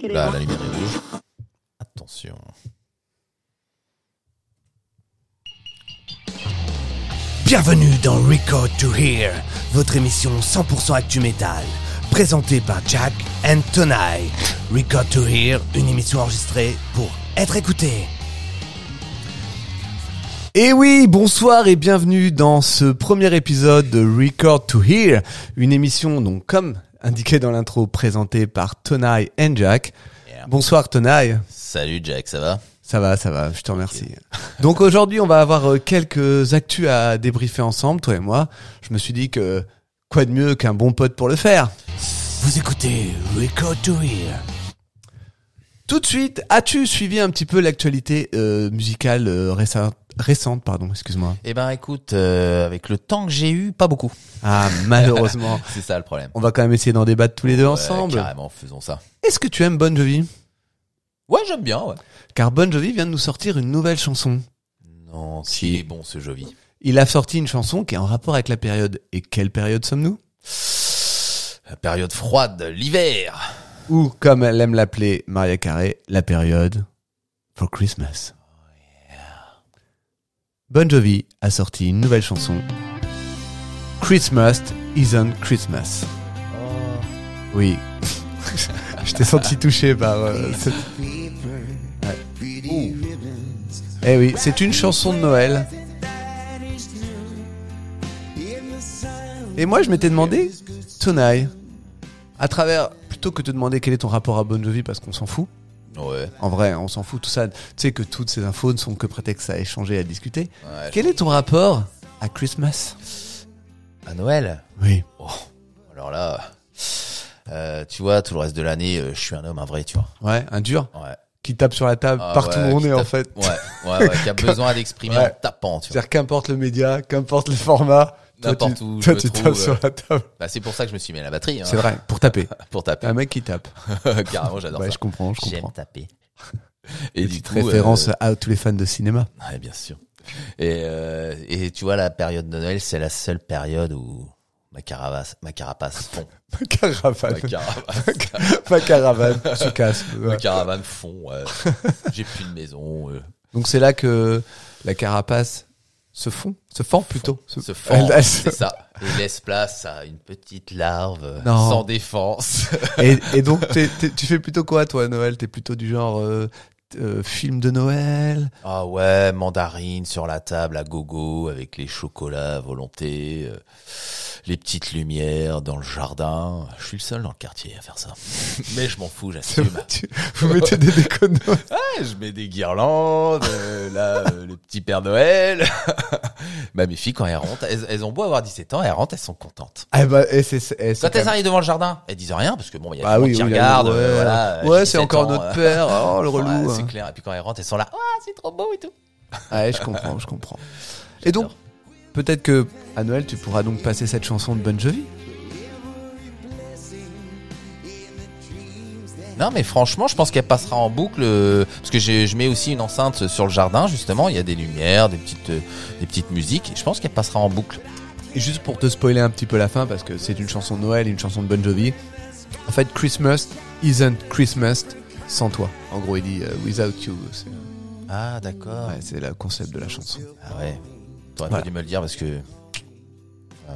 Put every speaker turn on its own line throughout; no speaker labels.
qu'elle est
Là,
là.
Bah, la lumière est rouge. Attention.
Bienvenue dans Record to Hear, votre émission 100% actu metal, présentée par Jack and Tony. Record to Hear, une émission enregistrée pour être écoutée. Et Eh oui, bonsoir et bienvenue dans ce premier épisode de Record to Hear, une émission donc comme indiqué dans l'intro présentée par Tony and Jack.
Yeah.
Bonsoir Tony.
Salut Jack, ça va
Ça va, ça va, je te remercie. Donc aujourd'hui, on va avoir euh, quelques actus à débriefer ensemble, toi et moi. Je me suis dit que quoi de mieux qu'un bon pote pour le faire Vous écoutez Record to Hear. Tout de suite, as-tu suivi un petit peu l'actualité euh, musicale euh, récente, récente pardon, excuse-moi.
Eh ben écoute, euh, avec le temps que j'ai eu, pas beaucoup.
Ah, malheureusement.
C'est ça le problème.
on va quand même essayer d'en débattre tous les deux
Ouais,
ensemble.
carrément, faisons ça.
Est-ce que tu aimes Bon Jovi
Ouais, j'aime bien, ouais.
Car Bon Jovi vient de nous sortir une nouvelle chanson.
Non, si. est bon ce Jovi.
Il a sorti une chanson qui est en rapport avec la période. Et quelle période sommes-nous
La période froide, l'hiver.
ou comme elle aime l'appeler Maria Carré, la période For Christmas. Bon Jovi a sorti une nouvelle chanson, Christmas Isn't Christmas. Oui, je t'ai senti touché par euh, cette- Ouais. Eh oui, c'est une chanson de Noël. Et moi, je m'étais demandé, Tonaille, à travers, plutôt que de demander quel est ton rapport à Bon Jovi, parce qu'on s'en fout,
Ouais.
en vrai, on s'en fout tout ça, tu sais que toutes ces infos ne sont que prétexte à échanger, à discuter.
Ouais.
Quel est ton rapport à Christmas
À Noël
Oui.
Oh, alors là, euh, tu vois, tout le reste de l'année, euh, je suis un homme, un vrai, tu vois.
Ouais, un dur
Ouais.
qui tape sur la table
Ah,
partout
ouais,
où on
qui
est en
tape-
fait.
Ouais, ouais, ouais, qui a besoin d'exprimer
Ouais.
en tapant, tu vois.
C'est-à-dire qu'importe le média, qu'importe le format, toi,
N'importe
tu-
où je
toi,
me
tu
trouve,
tapes
euh,
sur la table.
Bah, c'est pour ça que je me suis mis à la batterie, hein,
C'est vrai, Ah. pour taper.
pour
Un
taper.
mec qui tape.
Carrément, j'adore
Ouais,
ça.
je comprends, je
J'aime
comprends.
taper.
Et
du
petite
coup,
référence à tous les fans de cinéma.
euh, ouais, bien sûr. Et, euh, et tu vois, la période de Noël, c'est la seule période où ma carapace, ma carapace fond.
Ma
Ma
caravane.
carapace,
Ma caravane. Tu casses.
ma
ouais.
caravane fond. ouais. J'ai plus de maison. euh.
Donc c'est là que la carapace se fond, se fend plutôt.
se fend,
Elle- elle se-
c'est ça, et laisse place à une petite larve euh,
Non.
sans défense.
Et, et donc t'es- t'es- tu fais plutôt quoi toi à Noël T'es plutôt du genre euh, euh, film de Noël
Ah ouais, mandarine sur la table à gogo avec les chocolats à volonté, euh, les petites lumières dans le jardin. Je suis le seul dans le quartier à faire ça. Mais je m'en fous, j'assume.
Tu- Vous mettez des décos de Noël
Ouais, je mets des guirlandes, euh, là, euh, le petit Père Noël. bah mes filles, quand elles rentrent, elles, elles ont beau avoir 17 ans, elles rentrent, elles sont contentes.
Eh ben, et c'est- c'est- eh, c'est
Quand
quand
elles
même-
arrivent devant le jardin, elles disent rien parce que bon, il y a
Bah
tout le
oui,
monde qui
oui,
regarde.
ouais,
euh, voilà,
ouais,
j'ai
c'est
17
encore
ans, euh.
notre père. Oh le relou.
Ouais,
hein.
c'est clair. Et puis quand elles rentrent, elles sont là. Ah, c'est trop beau et tout.
Ouais, je comprends, je comprends. Et donc peut-être que à Noël tu pourras donc passer cette chanson de Bon Jovi.
Non, mais franchement, je pense qu'elle passera en boucle euh, parce que j'ai- je mets aussi une enceinte sur le jardin justement. Il y a des lumières, des petites, euh, des petites musiques. Je pense qu'elle passera en boucle.
Et juste pour te spoiler un petit peu la fin, parce que c'est une chanson de Noël, une chanson de Bon Jovi. En fait, Christmas isn't Christmas sans toi. En gros, il dit euh, without you. C'est
Ah, d'accord.
ouais, c'est le concept de la chanson.
Ah ouais. T'aurais
Voilà.
pas dû me le dire parce que.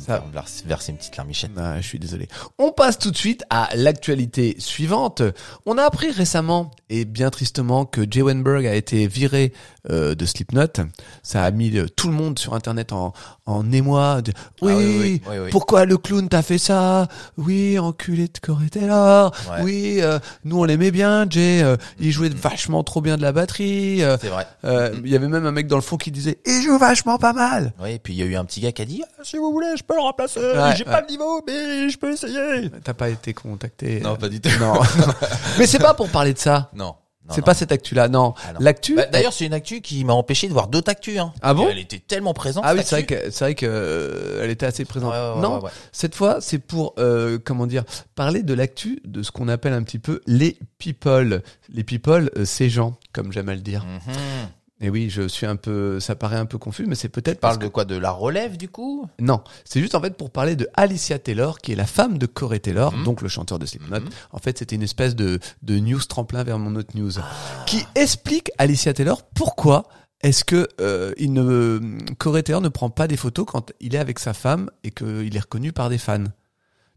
Ça-
Ça va verser une petite larmichette.
Ah, je suis désolé. On passe tout de suite à l'actualité suivante. On a appris récemment et bien tristement que Jay Weinberg a été viré euh, de Slipknot. Ça a mis euh, tout le monde sur Internet en, en émoi. de, oui,
Ah oui, oui, oui, oui.
pourquoi le clown t'a fait ça Oui, enculé de Corey Taylor.
Ouais.
Oui, euh, nous on l'aimait bien, Jay. euh, il jouait vachement trop bien de la batterie. euh,
C'est vrai.
euh, Il y avait même un mec dans le fond qui disait « Il joue vachement pas mal !»
Oui, et puis il y a eu un petit gars qui a dit Ah, Si vous voulez, je peux le remplacer.
Ouais,
J'ai
ouais.
pas le niveau, mais je peux essayer.
T'as pas été contacté
Non,
euh,
pas du tout.
Non. Mais c'est pas pour parler de ça.
Non. non,
C'est
non.
pas cette actu-là, non.
Ah, non.
L'actu.
Bah, D'ailleurs, c'est une actu qui m'a empêché de voir d'autres actus. Hein.
Ah bon
Elle était tellement présente.
ah oui,
cette
c'est vrai
actu.
que c'est vrai que euh, elle était assez présente.
Ouais, ouais, ouais,
non,
ouais, ouais.
cette fois, c'est pour euh, comment dire parler de l'actu de ce qu'on appelle un petit peu les people. Les people, euh, ces gens, comme j'aime à le dire.
Mhm.
Et oui, je suis un peu, ça paraît un peu confus, mais c'est peut-être parce
Parle
que
de quoi De la relève, du coup
non, c'est juste en fait pour parler de Alicia Taylor, qui est la femme de Corey Taylor,
Mm.
donc le chanteur de Slipknot.
Hmm.
En fait, c'était une espèce de, de news tremplin vers mon autre news, qui explique Alicia Taylor pourquoi est-ce que euh, il ne Corey Taylor ne prend pas des photos quand il est avec sa femme et qu'il est reconnu par des fans.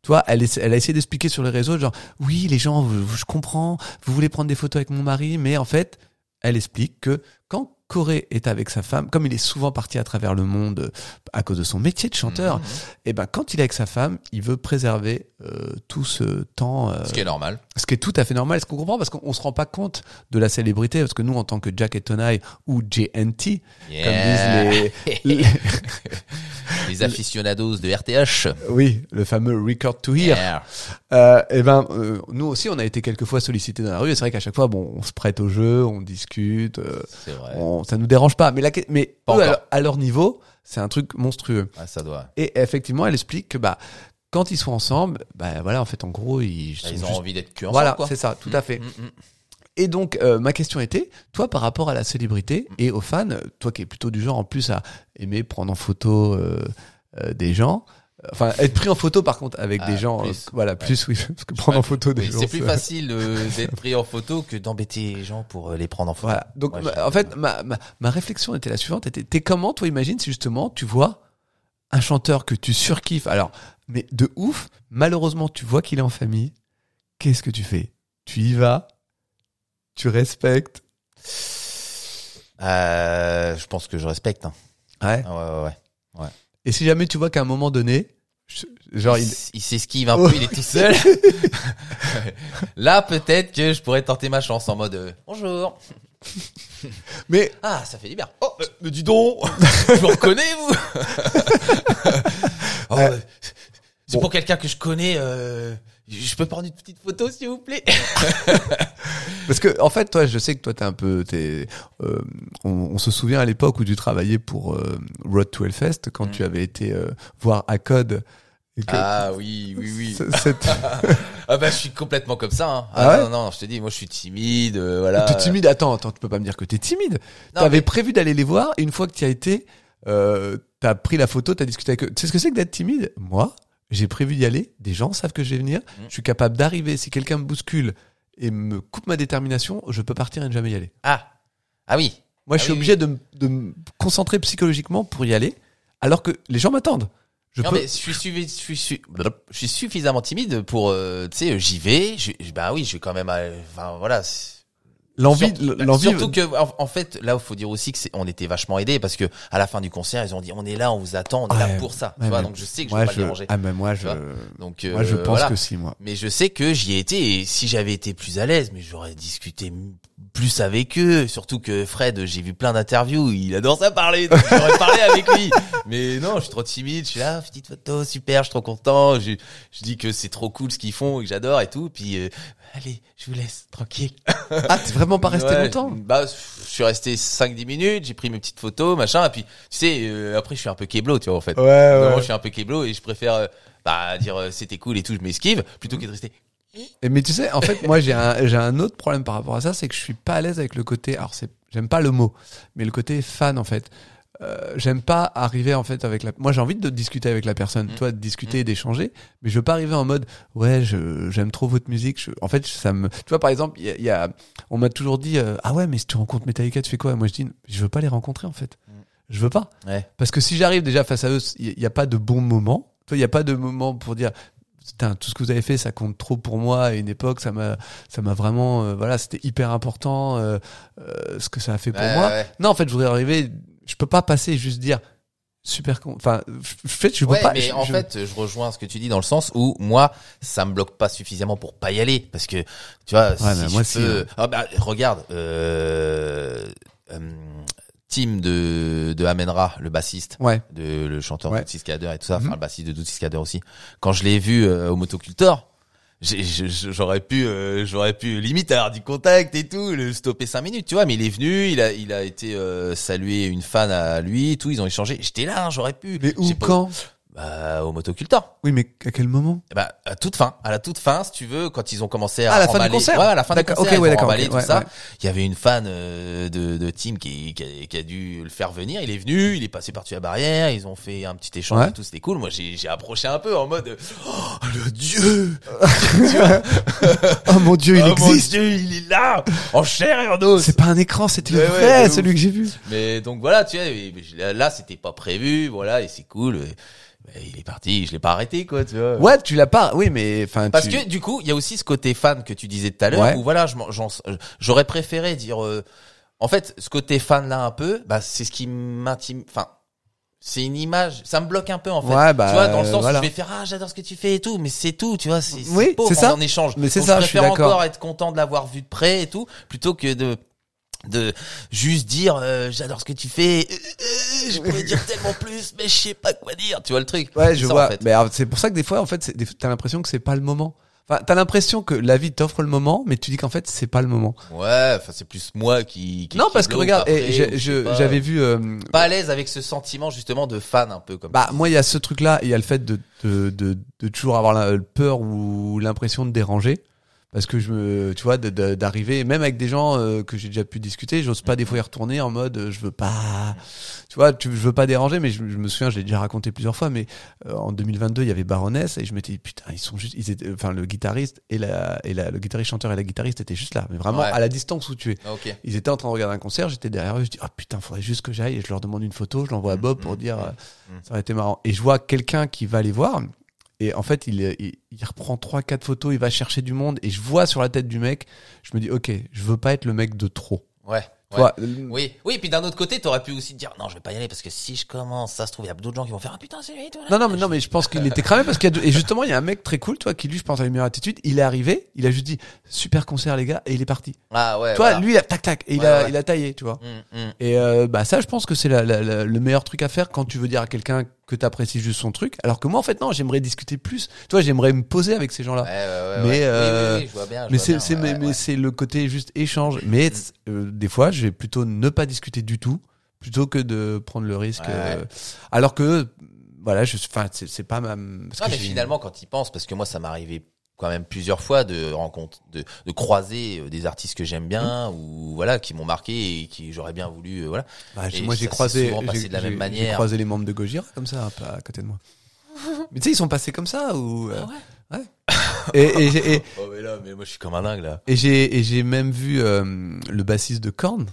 Tu vois, elle, essa- elle a essayé d'expliquer sur les réseaux, genre, oui, les gens, vous- vous- je comprends, vous voulez prendre des photos avec mon mari, mais en fait, elle explique que quand Corée est avec sa femme, comme il est souvent parti à travers le monde euh, à cause de son métier de chanteur,
Mhm.
et ben quand il est avec sa femme, il veut préserver euh, tout ce temps, euh,
Ce qui est normal.
ce qui est tout à fait normal, ce qu'on comprend parce qu'on on se rend pas compte de la célébrité, parce que nous en tant que Jack et Tonight ou JNT,
Yeah.
comme disent les, les-
Les aficionados de RTH.
oui, le fameux record to hear,
Yeah.
Euh, eh ben, euh, nous aussi, on a été quelques fois sollicités dans la rue. Et c'est vrai qu'à chaque fois, bon, on se prête au jeu, on discute, euh,
C'est vrai.
on- ça nous dérange pas. Mais, la, que- mais
Pas
eux,
encore.
à, leur, à leur niveau, c'est un truc monstrueux.
Ah, ça doit.
Et effectivement, elle explique que bah, quand ils sont ensemble, bah voilà, en fait, en gros, ils, sont
Bah, Ah, Ils ont
juste-
envie d'être que ensemble,
voilà,
quoi.
c'est ça, tout à fait.
Mm, mm.
Et donc, euh, ma question était, toi, par rapport à la célébrité et aux fans, euh, toi qui es plutôt du genre en plus à aimer prendre en photo euh, euh, des gens, euh, enfin être pris en photo par contre avec
Ah,
des gens,
plus.
euh, voilà, plus oui, parce que prendre en photo des
Oui,
gens,
c'est plus facile euh, d'être pris en photo que d'embêter les gens pour euh, les prendre en photo.
Voilà. Donc,
Ouais,
ma-
j'ai-
en fait, ma, ma, ma réflexion était la suivante. était, T'es comment, toi, imagine si justement tu vois un chanteur que tu surkiffes, alors, mais de ouf, malheureusement, tu vois qu'il est en famille. Qu'est-ce que tu fais Tu y vas Tu respectes
Euh, je pense que je respecte. hein.
Ouais.
Ah ouais, ouais, ouais.
Et si jamais tu vois qu'à un moment donné, je- genre,
il
il...
s- il s'esquive un peu, il est tout seul. Là, peut-être que je pourrais tenter ma chance en mode euh, bonjour.
mais
Ah, ça fait du bien. Oh, euh, mais dis donc, je vous reconnais, vous Oh,
Ouais.
euh, C'est
Bon.
pour quelqu'un que je connais. euh, je peux prendre une petite photo, s'il vous plaît
parce que en fait, toi, je sais que toi, t'es un peu, t'es, euh, on, on se souvient à l'époque où tu travaillais pour euh, Road to Hellfest quand
Mm.
tu avais été euh, voir à Code. et que-
Ah oui, oui, oui.
C'est- c'est-
Ah bah, je suis complètement comme ça. hein.
Ah ouais
non, non, non, je te dis, moi, je suis timide, euh, voilà.
T'es timide, attends, attends, tu peux pas me dire que t'es timide.
Non,
T'avais
mais-
prévu d'aller les voir et une fois que t'y as été, euh, t'as pris la photo, t'as discuté avec eux. Tu sais ce que c'est que d'être timide Moi, j'ai prévu d'y aller, des gens savent que je vais venir,
Mhm.
je suis capable d'arriver, si quelqu'un me bouscule et me coupe ma détermination, je peux partir et ne jamais y aller.
Ah, ah oui.
Moi,
Ah
je suis
oui,
obligé de, me- de me concentrer psychologiquement pour y aller, alors que les gens m'attendent. Je
non,
peux...
mais je suis, suffi- je, suis, su- je suis suffisamment timide pour, euh, tu sais, euh, j'y vais. Je, je- bah oui, je vais quand même. à- Enfin, voilà. c'est-
L'envie,
Sur-
l'envie.
Bah, Surtout que, en, en fait, là, il faut dire aussi que c'est- on était vachement aidés parce que à la fin du concert, ils ont dit, on est là, on vous attend, on est
Ouais,
là pour ça.
ouais,
tu vois,
mais
donc je sais que je
moi,
vais pas le déranger.
ah, mais moi, je,
vois Donc, euh,
moi, je pense
voilà.
que si, moi.
Mais je sais que j'y ai été et si j'avais été plus à l'aise, mais j'aurais discuté m- plus avec eux. Surtout que Fred, j'ai vu plein d'interviews, il adore ça parler, donc j'aurais parlé avec lui. Mais non, je suis trop timide, je suis là, ah, petite photo, super, je suis trop content. Je, je dis que c'est trop cool ce qu'ils font et que j'adore et tout. Puis euh, allez, je vous laisse tranquille.
Ah, t'es vraiment pas resté
Ouais,
longtemps?
Bah, je suis resté 5-10 minutes, j'ai pris mes petites photos, machin. Et puis, tu sais, euh, après, je suis un peu keblo, tu vois, en fait.
Ouais, ouais.
Vraiment, je suis un peu keblo et je préfère euh, bah, dire euh, c'était cool et tout, je m'esquive, plutôt que de rester
Et Mais tu sais, en fait, moi, j'ai un, j'ai un autre problème par rapport à ça, c'est que je suis pas à l'aise avec le côté. Alors, c'est, j'aime pas le mot, mais le côté fan, en fait. Euh, j'aime pas arriver, en fait, avec la. Moi, j'ai envie de discuter avec la personne,
Mm.
toi, de discuter et d'échanger, mais je veux pas arriver en mode, ouais, je, j'aime trop votre musique. Je... En fait, ça me. Tu vois, par exemple, il y a, il y a- on m'a toujours dit, euh, ah ouais, mais si tu rencontres Metallica, tu fais quoi Moi, je dis, je veux pas les rencontrer, en fait. Je veux pas.
Mm. Ouais.
Parce que si j'arrive déjà face à eux, il n'y a pas de bon moment. Tu vois, Il n'y a pas de moment pour dire Putain, tout ce que vous avez fait, ça compte trop pour moi. À une époque, ça m'a, ça m'a vraiment, euh, voilà, c'était hyper important euh, euh, ce que ça a fait pour
Ouais,
moi.
ouais.
Non, en fait, je voudrais arriver. Je peux pas passer et juste dire super con. Enfin, je- je fais, je veux
Ouais,
pas.
mais
je-
en
je-
fait, je rejoins ce que tu dis dans le sens où moi, ça me bloque pas suffisamment pour pas y aller, parce que tu vois, si
mais
je
moi,
peux-
si, hein.
Ah, bah, regarde, euh, euh, Tim de de Amenra, le bassiste,
ouais,
de le chanteur
Ouais.
de Dootsie Skader et tout ça,
Mhm.
enfin le bassiste de Dootsie Skader aussi. Quand je l'ai vu euh, au motoculteur, j'ai- je- je- j'aurais pu, euh, j'aurais pu limite avoir du contact et tout, le stopper cinq minutes, tu vois. Mais il est venu, il a, il a été euh, saluer une fan à lui, et tout. Ils ont échangé. J'étais là, hein, j'aurais pu.
mais où
J'ai pas-
quand
Bah, au motoculteur.
Oui, mais à quel moment
Eh Bah, à toute fin, à la toute fin, si tu veux, quand ils ont commencé à,
Ah, à la fin du
emballer-
concert
ouais, à la fin du
D'accord,
concert,
ok,
ils
ouais,
ont
d'accord,
emballé
ok,
tout
ouais,
ça.
ouais.
Il y avait une fan euh, de, de Tim qui, qui, a, qui a dû le faire venir. Il est venu, il est passé par-dessus la barrière. Ils ont fait un petit échange
Ouais.
et tout, c'était cool. Moi, j'ai j'ai approché un peu en mode oh, le dieu,
Oh mon dieu, il
oh, mon
existe
dieu, il est là, en chair et en os.
C'est pas un écran, c'était le
Ouais, ouais,
vrai,
de ouf.
celui que j'ai vu.
Mais donc voilà, tu vois, et- mais je- là, là, c'était pas prévu, voilà, et c'est cool. Et- et il est parti, je l'ai pas arrêté, quoi, tu vois.
Ouais, tu l'as pas. Oui, mais enfin.
Euh. Parce
tu-
que du coup, il y a aussi ce côté fan que tu disais tout à l'heure,
Ouais.
où voilà, je m'en- j'en- j'aurais préféré dire. euh, en fait, ce côté fan là un peu, bah c'est ce qui m'intime. Enfin, c'est une image, ça me bloque un peu en fait.
Ouais, bah,
tu vois, dans le
euh,
sens
voilà.
où je vais faire ah j'adore ce que tu fais et tout, mais c'est tout, tu vois, c'est c'est
Oui,
pauvre
c'est ça.
en échange.
Mais c'est
Donc,
ça, je
je
suis
préfère
d'accord.
encore être content de l'avoir vu de près et tout, plutôt que de de juste dire euh, j'adore ce que tu fais. euh, euh, je pourrais dire tellement plus, mais je sais pas quoi dire. Tu vois le truc
Ouais,
C'est
je
ça, en
vois.
fait.
Mais alors, c'est pour ça que des fois, en fait, c'est- des- t'as l'impression que c'est pas le moment. Enfin, t'as l'impression que la vie t'offre le moment, mais tu dis qu'en fait, c'est pas le moment.
Ouais, enfin c'est plus moi qui. qui
non,
qui
parce que
bloque
regarde,
après,
et
ou
j'ai-
je sais
je-
pas.
j'avais vu. euh,
pas à l'aise avec ce sentiment justement de fan un peu comme.
bah, moi, il y a ce truc-là, il y a le fait de, de, de, de toujours avoir la peur ou l'impression de déranger. Parce que je me, tu vois, de- de- d'arriver, même avec des gens euh, que j'ai déjà pu discuter, j'ose pas des fois y retourner en mode, euh, je veux pas, tu vois, tu, je veux pas déranger, mais je, je me souviens, je l'ai déjà raconté plusieurs fois, mais euh, en 2022, il y avait Baroness et je m'étais dit, putain, ils sont juste, ils étaient, enfin, le guitariste et la, et la, le guitariste chanteur et la guitariste étaient juste là, mais vraiment
Ouais.
à la distance où tu es.
Ah, ok.
Ils étaient en train de regarder un concert, j'étais derrière eux, je dis ah putain, faudrait juste que j'aille et je leur demande une photo, je l'envoie à Bob pour dire euh,
mm.
ça aurait été marrant. Et je vois quelqu'un qui va les voir et en fait, il, il, il reprend trois quatre photos, il va chercher du monde et je vois sur la tête du mec, je me dis OK, je veux pas être le mec de trop.
Ouais.
Tu
ouais.
vois, euh,
Oui, oui. Puis d'un autre côté, t'aurais pu aussi te dire non, je vais pas y aller parce que si je commence, ça se trouve il y a d'autres gens qui vont faire ah putain c'est lui toi. là.
Non, non, mais, non, mais je pense qu'il était cramé parce qu'il y a deux- et justement, il y a un mec très cool, toi, qui lui, je pense, a une meilleure attitude. Il est arrivé, il a juste dit super concert, les gars, et il est parti.
Ah ouais.
Toi,
voilà.
lui, il a tac tac, et il,
Ouais,
a,
ouais.
il a taillé, tu vois.
Hum, hum.
Et euh, bah ça, je pense que c'est la- la- la- le meilleur truc à faire quand tu veux dire à quelqu'un que t'apprécies juste son truc. Alors que moi, en fait, non, j'aimerais discuter plus. Toi, j'aimerais me poser avec ces gens-là.
Ouais, ouais, ouais, ouais.
Mais,
Oui, oui,
euh,
oui, je vois bien. je
mais
vois
c'est
bien,
c'est-
ouais,
mais-
ouais,
mais
ouais. Mm.
c'est le côté juste échange. Mais c'est- euh, des fois, je vais plutôt ne pas discuter du tout plutôt que de prendre le risque.
Ouais.
euh, alors que voilà, je, enfin, c'est c'est pas ma. parce
Non,
que
mais
j'ai-
finalement, quand ils pensent, parce que moi, ça m'est arrivé quand même plusieurs fois de rencontre, de, de croiser euh, des artistes que j'aime bien
Mmh.
ou voilà qui m'ont marqué et qui j'aurais bien voulu euh, voilà.
Bah, j'ai-
Et
moi,
ça
j'ai
s'est
croisé,
souvent passé
j'ai-
de la
j'ai-
même
j'ai
manière.
croisé les membres de Gojira comme ça, un peu à côté de moi. Mais tu sais, ils sont passés comme ça ou. euh,
Ah
ouais. Et- et j'ai- et-
Oh mais là, mais moi je suis comme un dingue là.
Et j'ai et j'ai même vu euh, le bassiste de Korn.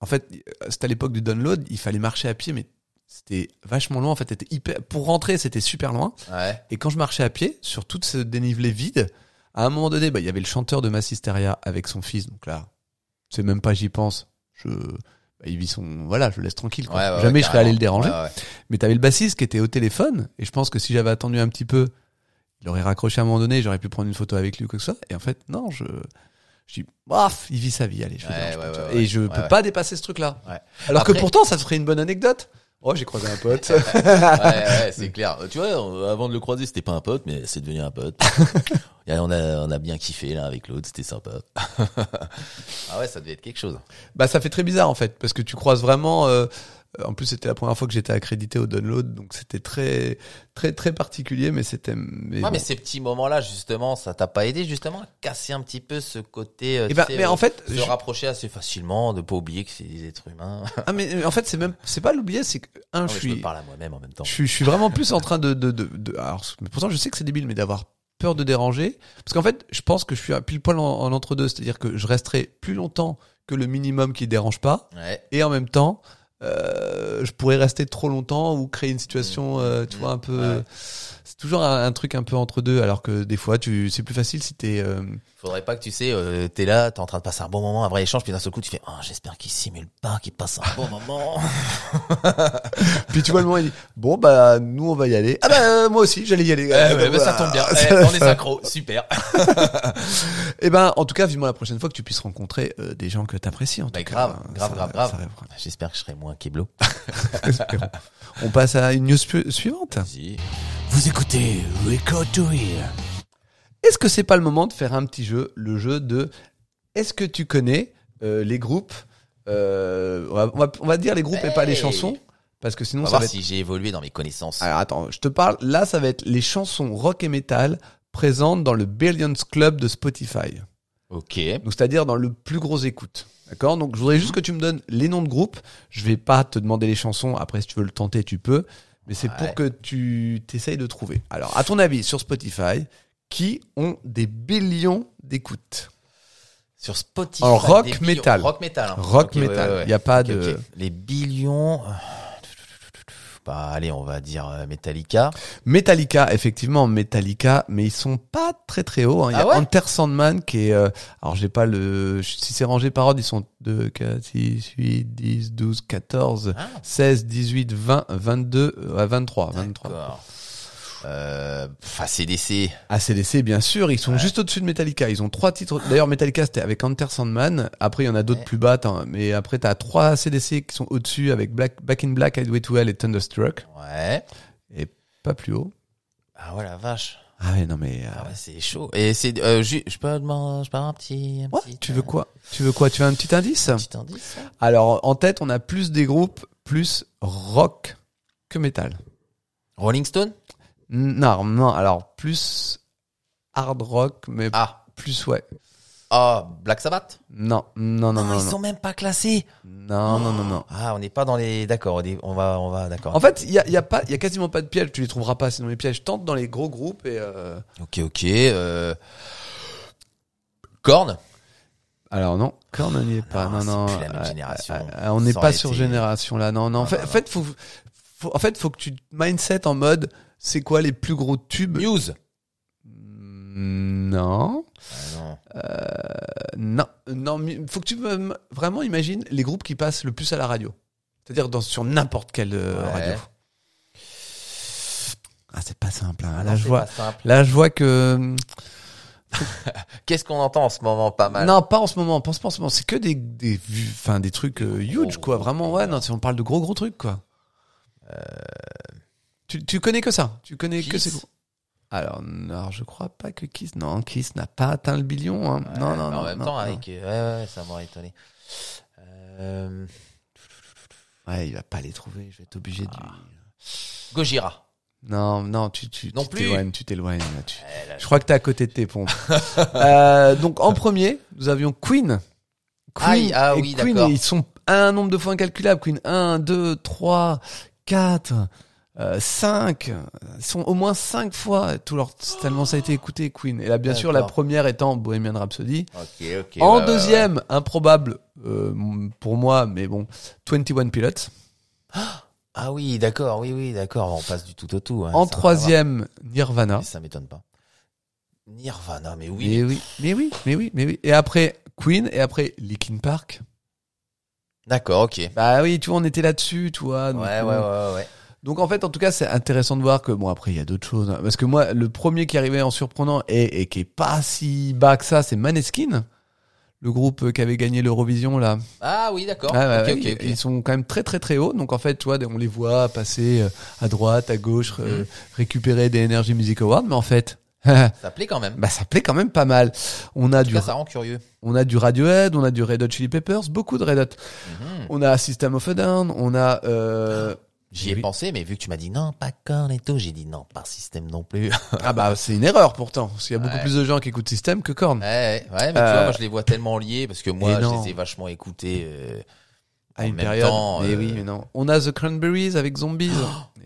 En fait, c'était à l'époque du download, il fallait marcher à pied, mais c'était vachement loin. En fait, c'était hyper. Pour rentrer, c'était super loin.
Ouais.
Et quand je marchais à pied sur tout ce dénivelé vide, à un moment donné, bah, il y avait le chanteur de Massisteria avec son fils. Donc là, c'est même pas j'y pense. Je bah, il vit son voilà, je le laisse tranquille. quoi.
Ouais, ouais,
Jamais
ouais,
je serais allé
carrément.
le déranger.
Ah Ouais, ouais.
Mais t'avais le bassiste qui était au téléphone, et je pense que si j'avais attendu un petit peu, il aurait raccroché à un moment donné, j'aurais pu prendre une photo avec lui ou quoi que ce soit. Et en fait, non, je, je dis, Bof, il vit sa vie, allez, je le
Ouais, ouais,
dérange pas, tu
ouais,
vois.
ouais.
Et je
Ouais,
peux
ouais.
pas dépasser ce truc-là.
Ouais.
Alors que
Après-
pourtant, ça serait une bonne anecdote. Oh, j'ai croisé un pote.
ouais, ouais, c'est clair. Tu vois, on- avant de le croiser, c'était pas un pote, mais c'est devenu un pote. Et on a, on a bien kiffé là avec l'autre, c'était sympa. ah ouais, ça devait être quelque chose.
bah, ça fait très bizarre en fait, parce que tu croises vraiment. euh, en plus, c'était la première fois que j'étais accrédité au download, donc c'était très, très, très particulier, mais c'était. mais
Ouais,
bon.
mais ces petits moments-là, justement, ça t'a pas aidé justement à casser un petit peu ce côté. euh,
Eh
tu
ben,
sais,
mais
euh,
en fait,
se
je-
rapprocher assez facilement, de pas oublier que c'est des êtres humains.
ah, mais euh, en fait, c'est même, c'est pas l'oublier, c'est que un,
Non,
je
mais
suis,
Je me parle à moi-même en même temps.
Je, suis- je suis vraiment plus en train de, de, de, de- alors, mais pourtant je sais que c'est débile, mais d'avoir peur de déranger, parce qu'en fait, je pense que je suis à pile poil en, en entre-deux, c'est-à-dire que je resterai plus longtemps que le minimum qui dérange pas,
Ouais.
et en même temps, euh, je pourrais rester trop longtemps ou créer une situation, euh, tu vois, un peu.
Mmh. Ouais.
C'est toujours un, un truc un peu entre deux, alors que des fois, tu, c'est plus facile si t'es. euh,
Faudrait pas que tu sais, euh, t'es là, t'es en train de passer un bon moment, un vrai échange, puis d'un seul coup tu fais, Ah, j'espère qu'il simule pas, qu'il passe un bon moment.
Puis tu vois le moment, il dit bon bah nous on va y aller. Ah bah euh, moi aussi j'allais y aller. Euh, bah,
Eh ben, ben, ça tombe bien. Eh, on est synchro, super.
Eh ben, en tout cas, vivement la prochaine fois que tu puisses rencontrer euh, des gens que t'apprécies. En tout
Bah,
cas,
grave,
Euh,
grave,
ça-
grave, grave.
ça arrivera.
J'espère que je serai moins Keblo.
Espérons. On passe à une news pu- suivante.
Vous écoutez Record to Rire.
Est-ce que c'est pas le moment de faire un petit jeu, le jeu de Est-ce que tu connais euh, les groupes euh, on, va, on va- on va dire les groupes et pas les
Hey.
chansons Parce que sinon,
On va
ça
voir
va être. Ah.
si j'ai évolué dans mes connaissances.
Alors attends, je te parle. Là, ça va être les chansons rock et métal présentes dans le Billions Club de Spotify.
Ok.
Donc, c'est-à-dire dans le plus gros écoute. D'accord Donc, je voudrais juste que tu me donnes les noms de groupes. Je vais pas te demander les chansons. Après, si tu veux le tenter, tu peux. Mais c'est
Ouais.
pour que tu t'essayes de trouver. Alors, à ton avis, sur Spotify, qui ont des billions d'écoutes
Sur Spotify.
En rock
des billions-
metal.
Rock metal. hein.
Rock,
Ok, ouais,
métal. Il
ouais, ouais.
n'y a pas
Ok,
de.
ok. Les billions. euh, Bah, allez, on va dire euh, Metallica.
Metallica, effectivement, Metallica, mais ils sont pas très très hauts. hein. Il y a
Ah ouais
Enter Sandman qui est. euh, alors, j'ai pas le. Si c'est rangé par ordre, ils sont 2, 4, 6, 8, 10, 12, 14,
Ah.
16, 18, 20, 22, euh, 23. 23.
D'accord. Euh, pff, ACDC.
ACDC, Ah, bien sûr, ils sont
Ouais.
juste au-dessus de Metallica. Ils ont trois titres. D'ailleurs, Metallica, c'était avec Enter Sandman. Après, il y en a d'autres
Ouais.
plus bas. t'as- Mais après, t'as trois ACDC qui sont au-dessus avec Black, Back in Black, Hideaway to Hell et Thunderstruck.
Ouais.
Pas plus haut.
Ah ouais, la vache.
Ah ouais, non mais. euh,
Ah ouais, c'est chaud. Et c'est, euh, ju- je peux demander, je peux avoir un petit, un
ouais,
petit,
tu
euh,
veux quoi Tu veux quoi Tu veux un petit indice
un petit indice? hein
Alors, en tête, on a plus des groupes plus rock que métal.
Rolling Stone?
Non, non, alors plus hard rock, mais
Ah.
plus ouais.
Ah, Black Sabbath?
Non, non, non,
Ah,
non.
ils
non.
sont même pas classés.
non, non, non, non.
Ah, on n'est pas dans les, d'accord, on, est- on va, on va, d'accord.
En fait, il y a, il y a pas, il y a quasiment pas de pièges. Tu les trouveras pas. Sinon, les pièges tentent dans les gros groupes et. euh,
Ok, ok, euh, Korn?
Alors non, quand on n'y est pas.
non,
Non,
Ah, c'est
non.
plus la même
euh,
génération.
euh, euh, on n'est
Ça
pas
aurait
sur
été- Ah,
génération là. Non, non. En
Non,
fait,
non,
en fait, faut, faut- en fait, faut que tu te mindset en mode, c'est quoi les plus gros tubes
Muse?
Mm, Non.
Ah, non.
Non, non, mais faut que tu me- vraiment imagines les groupes qui passent le plus à la radio. C'est-à-dire dans, sur n'importe quelle euh,
Ouais.
radio. Ah, c'est pas simple. hein.
Ah,
Là,
non,
je
c'est
vois,
pas simple.
là, je vois que.
Qu'est-ce qu'on entend en ce moment pas mal?
Non, pas en ce moment. Pense pas en ce moment. C'est que des, des, vues- enfin, des trucs euh, huge,
gros,
quoi.
gros
Vraiment,
trucs,
ouais.
ouais.
Non, si on parle de gros, gros trucs, quoi. Euh. Tu, tu connais que ça. Tu connais que
Kiss
ces groupes. Alors, non, alors, je crois pas que Kiss. Non, Kiss n'a pas atteint le billion. hein.
Ouais,
non, non,
mais
non.
En même
non,
temps,
non.
avec. euh, Ouais, ouais, ça m'aurait étonné. Euh,
Ouais, il va pas les trouver. Je vais être obligé de lui.
Gojira.
Non, non, tu tu-
Non
tu
plus.
t'éloignes, tu t'éloignes. là, tu-
Eh, là,
Je crois que t'es à côté de tes pompes. Euh, donc en premier, nous avions Queen.
Aïe, ah
et
oui,
Queen,
d'accord.
ils sont un nombre de fois incalculable. Queen 1, 2, 3, 4, 5. euh, Ils sont au moins 5 fois. Tout leur, tellement ça a été écouté, Queen. Et là, bien sûr, la
D'accord.
première étant Bohemian Rhapsody.
Ok, ok.
en
ouais, ouais,
deuxième, improbable euh, pour moi, mais bon, 21 Pilots.
ouais. Ah oui, d'accord, oui, oui, d'accord. On passe du tout au tout. hein,
en
ça,
troisième, Nirvana.
on va voir. Ça m'étonne pas. Nirvana, mais oui.
Mais oui, mais oui, mais oui, mais oui. Et après Queen, et après Linkin Park.
D'accord, ok. Ouais,
Bah oui, tu vois, on était là-dessus, tu vois. Donc,
ouais, ouais,
bon.
ouais. ouais.
Donc en fait, en tout cas, c'est intéressant de voir que bon après il y a d'autres choses. hein. Parce que moi, le premier qui arrivait en surprenant et, et qui est pas si bas que ça, c'est Maneskin, le groupe euh, qui avait gagné l'Eurovision là.
Ah oui, d'accord.
Ah, ouais,
ok,
ouais,
ok, ok.
Ils sont quand même très très très hauts. Donc en fait, tu vois, on les voit passer euh, à droite, à gauche, euh, récupérer des Energy Music Awards, mais en fait. bah
Ça plaît quand même.
ça plaît quand même pas mal. On a
En tout
du
cas, ça rend curieux.
On a du Radiohead, on a du Red Hot Chili Peppers, beaucoup de Red Hot.
Mhm.
On a System of a Down, on a... Euh...
J'y ai
oui.
pensé, mais vu que tu m'as dit non, pas Korn et tout, j'ai dit non, pas système non plus. ouais,
Ah bah c'est une erreur pourtant, parce qu'il y a beaucoup
Ouais.
plus de gens qui écoutent System que Korn.
ouais, ouais, mais tu
Euh,
vois, moi je les vois tellement liés parce que moi
mais
je
non.
les ai vachement écoutés. euh,
à
en
une
même
période.
temps,
mais
euh,
oui, mais non. On a The Cranberries avec Zombies.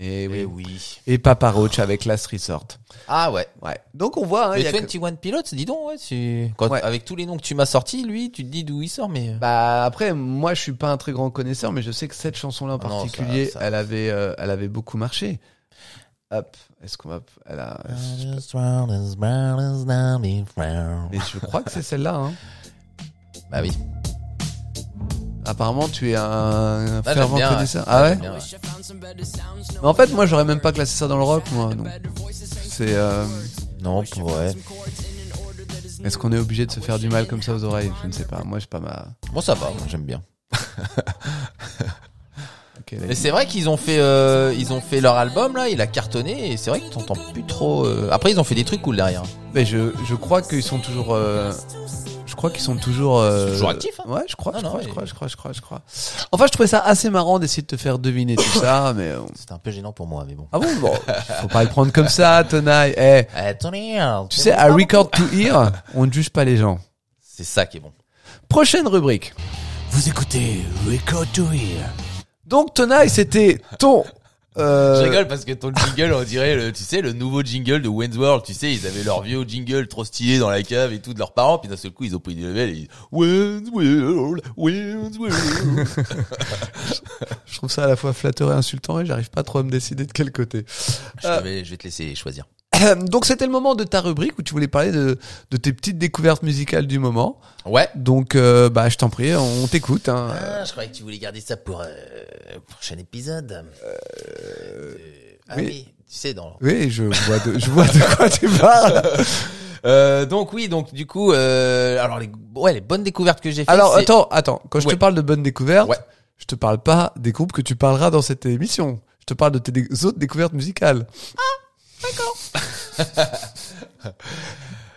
et
eh
oui.
oui.
Et Papa Roach avec Last Resort.
Ah ouais.
Ouais. Donc on voit... Hein, il y
Mais
a que-
21 Pilots, dis donc, ouais, tu- quand-
Ouais.
avec tous les noms que tu m'as sortis, lui, tu te dis d'où il sort, mais. euh,
Bah après, moi je suis pas un très grand connaisseur, mais je sais que cette chanson-là en
Ah non, ça-
particulier,
ça-
elle avait, euh, elle avait beaucoup marché. Hop, est-ce qu'on va... Elle a...
Bah, Euh.
Mais je crois que c'est celle-là. Hein.
Bah oui.
Apparemment, tu es un
Ah, j'aime
fervent
bien,
connaisseur.
ouais.
Ah
Ouais,
ouais
j'aime bien, ouais.
Mais en fait, moi, j'aurais même pas classé ça dans le rock, moi. donc. C'est. euh,
Non, pour ouais.
Est-ce qu'on est obligé de se faire du mal comme ça aux oreilles Je ne sais pas. Moi, je pas ma.
Bon, ça va, moi, j'aime bien.
Ok, là,
Mais c'est vrai qu'ils ont fait, euh, ils ont fait leur album là, il a cartonné et c'est vrai que t'entends plus trop. euh, Après, ils ont fait des trucs cool derrière.
il- Mais je, je crois qu'ils sont toujours. euh, Je Je crois qu'ils sont toujours. euh,
Ils sont toujours actifs, hein.
Ouais, je crois,
Ah
je,
non,
crois je
mais-
crois, je crois, je crois, je crois. Enfin, je trouvais ça assez marrant d'essayer de te faire deviner tout ça, mais. euh,
C'était un peu gênant pour moi, mais bon.
Ah bon, bon, faut pas le prendre comme ça, Tonaille. Eh,
Attendez,
tu sais, à record to hear, on ne juge pas les gens.
C'est ça qui est bon.
Prochaine rubrique.
Vous écoutez Record to
Donc, Tonaille, c'était ton. euh,
Je rigole parce que ton jingle, on dirait, le, tu sais, le nouveau jingle de Wayne's World. Tu sais, ils avaient leur vieux jingle trop stylé dans la cave et tout de leurs parents. Puis d'un seul coup, ils ont pris du level et ils... Wayne's World, Wayne's World.
Je trouve ça à la fois flatteur et insultant et j'arrive pas trop à me décider de quel côté.
je, vais, je vais te laisser choisir.
Donc c'était le moment de ta rubrique où tu voulais parler de, de tes petites découvertes musicales du moment.
Ouais.
Donc euh, bah je t'en prie, on t'écoute. Hein.
Ah, je croyais que tu voulais garder ça pour euh, le prochain épisode. Euh, ah
oui.
oui. tu sais, dans...
Oui, je vois de, je vois de quoi tu parles.
Euh, donc oui, donc du coup, euh, alors les, ouais, les bonnes découvertes que j'ai faites.
Alors
c'est-
attends, attends. Quand je
Ouais.
te parle de bonnes découvertes,
Ouais.
je te parle pas des groupes que tu parleras dans cette émission. Je te parle de tes dé- autres découvertes musicales.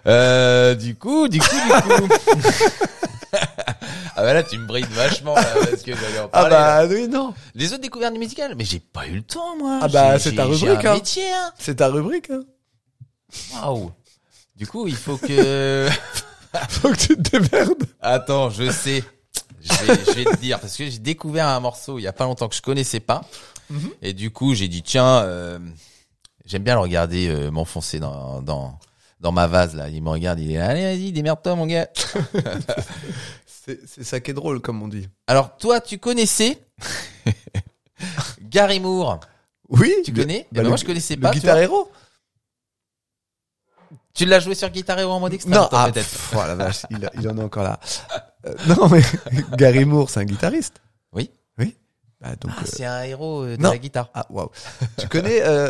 Euh, du coup, du coup, du coup. ah bah là, tu me brides vachement là, parce que j'allais en
Ah
parler. là.
bah oui non,
Les autres découvertes musicales, mais j'ai pas eu le temps moi.
Ah bah,
J'ai-
c'est
j'ai-
ta
j'ai
rubrique,
un
hein.
métier. hein.
c'est ta rubrique. Hein.
Waouh. Du coup, il faut que.
Faut que tu te démerdes.
Attends, je sais. Je vais, je vais te dire parce que j'ai découvert un morceau il y a pas longtemps que je connaissais pas
Mhm.
et du coup j'ai dit tiens euh, j'aime bien le regarder euh, m'enfoncer dans dans dans ma vase là il me regarde il est allez vas-y démerde-toi mon gars
C'est c'est ça qui est drôle comme on dit.
alors toi tu connaissais Gary Moore
Oui.
tu
le-
connais Eh
bah,
ben
le-
moi je connaissais
le
pas tu
guitar
vois.
hero.
tu l'as joué sur Guitar Hero en mode extrême
Non,
toi,
ah,
peut-être
pff, oh la vache, il, il en est encore là. Euh, non, mais Gary Moore, c'est un guitariste.
Oui.
Oui. Bah, donc,
Ah,
euh,
c'est un héros euh, de
non.
la guitare
ah, waouh. Tu connais. Euh...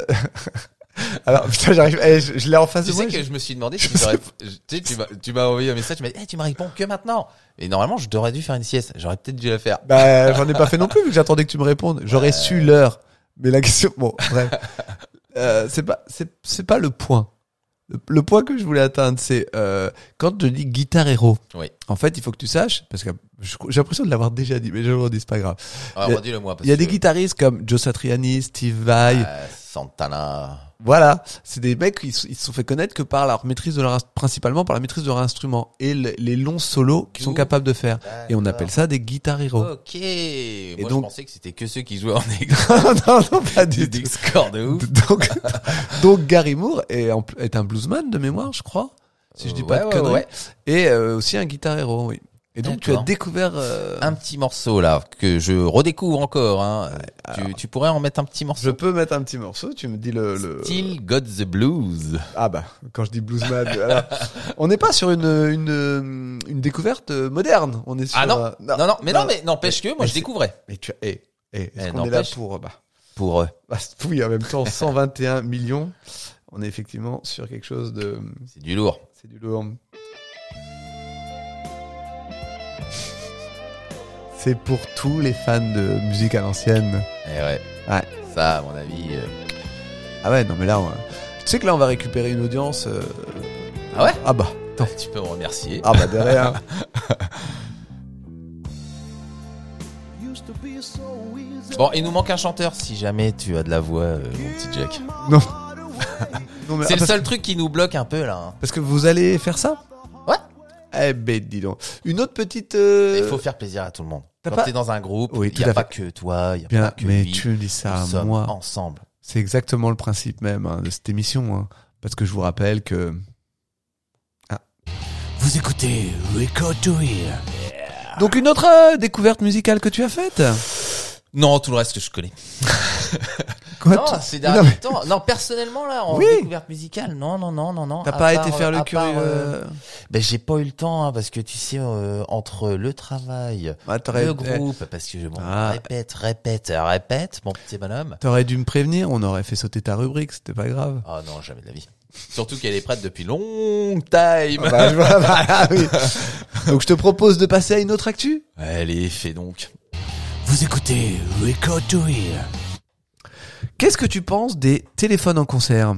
Alors, putain, j'arrive. eh, je je l'ai en face
Tu
de
sais
moi.
que je me suis demandé,
je
si tu
sais
m'aurais- je- tu sais, tu m'as, tu m'as envoyé un message, tu m'as dit, Eh, tu me réponds que maintenant. Et normalement, je devrais dû faire une sieste. J'aurais peut-être dû la faire.
je- Bah, j'en ai pas fait non plus, vu que j'attendais que tu me répondes. J'aurais su l'heure. Mais la question. Bon, bref. Euh, c'est pas, c'est, c'est pas le point. Le, le point que je voulais atteindre, c'est euh, quand je dis guitar hero.
Oui.
En fait, il faut que tu saches, parce que je- j'ai l'impression de l'avoir déjà dit, mais je le redis, c'est pas grave.
Ah,
Il y a-
redis-le moi. parce
Il y a des
que-
guitaristes comme Joe Satriani, Steve Vai,
Ah, Santana.
voilà. C'est des mecs qui s- ils se sont fait connaître que par leur maîtrise de leur inst- principalement par la maîtrise de leur instrument et le- les longs solos qu'ils sont
Ouh. Oh, bah.
capables de faire. Et on appelle ça des guitar heroes.
Ok. moi,
donc-
je pensais que c'était que ceux qui jouaient en ex-
non, non, pas
des
du tout.
Discord de ouf.
Donc, donc Gary Moore est, en pl- est un bluesman de mémoire, je crois, si je dis pas
Ouais,
de
ouais,
conneries,
ouais.
et euh, aussi un guitar hero, oui. Et donc tu as
D'accord.
découvert euh,
Un petit morceau, là, que je redécouvre encore, hein. tu, tu pourrais en mettre un petit morceau.
je peux mettre un petit morceau, tu me dis le, le...
Still Got the Blues.
Ah bah, quand je dis bluesman, voilà. on n'est pas sur une, une, une découverte euh, moderne. On est sur,
Ah
euh,
Non, non, mais non, mais n'empêche que, moi,
mais
je
c'est-
découvrais.
Mais tu eh, eh, est-ce
Eh,
qu'on est là
n'empêche.
pour... Bah,
Pour eux.
bah, oui, en même temps, 121 millions. On est effectivement sur quelque chose de...
C'est du lourd.
C'est du lourd. C'est pour tous les fans de musique à l'ancienne.
Eh ouais.
Ouais.
Ça, à mon avis. euh,
Ah ouais, non mais là, on- tu sais que là, on va récupérer une audience... euh,
Ah ouais
Ah bah, attends.
Tu peux me remercier.
Ah bah derrière.
Bon, il nous manque un chanteur si jamais tu as de la voix, euh, mon petit Jack.
Non. Non, mais-
C'est
ah,
le
parce,
seul truc qui nous bloque un peu là. hein.
parce que vous allez faire ça
Ouais.
Eh ben, dis donc. Une autre petite. euh,
Il faut faire plaisir à tout le monde.
t'as
Quand
pas-
t'es dans un groupe, il
Oui,
n'y
tout à
a pas que toi, il n'y a
Bien,
pas que
mais
lui.
tu me dis ça
Nous
à
sommes
moi.
ensemble.
C'est exactement le principe même hein, de cette émission. hein. Parce que je vous rappelle que.
Vous écoutez Record to
Donc, une autre euh, découverte musicale que tu as faite
Non, tout le reste que je connais.
Quoi,
non,
t-
ces
Non,
derniers
mais
temps. Non, personnellement là, en
Oui.
découverte musicale, non, non, non, non, non.
T'as
À
pas
part,
été faire
euh,
le
à part,
curieux
euh, Ben j'ai pas eu le temps hein, parce que tu sais, euh, entre le travail,
Ah, t'aurais-
le groupe, parce que je bon,
Ah.
répète, répète, répète, mon petit bonhomme.
eh, T'aurais dû me prévenir, on aurait fait sauter ta rubrique, c'était pas grave.
Ah non, jamais de la vie. Surtout qu'elle est prête depuis long time.
Ah bah, je vois, bah, oui. Donc, je te propose de passer à une autre actu
Allez, fais donc.
Vous écoutez Record Qu'est-ce que tu penses des téléphones en concert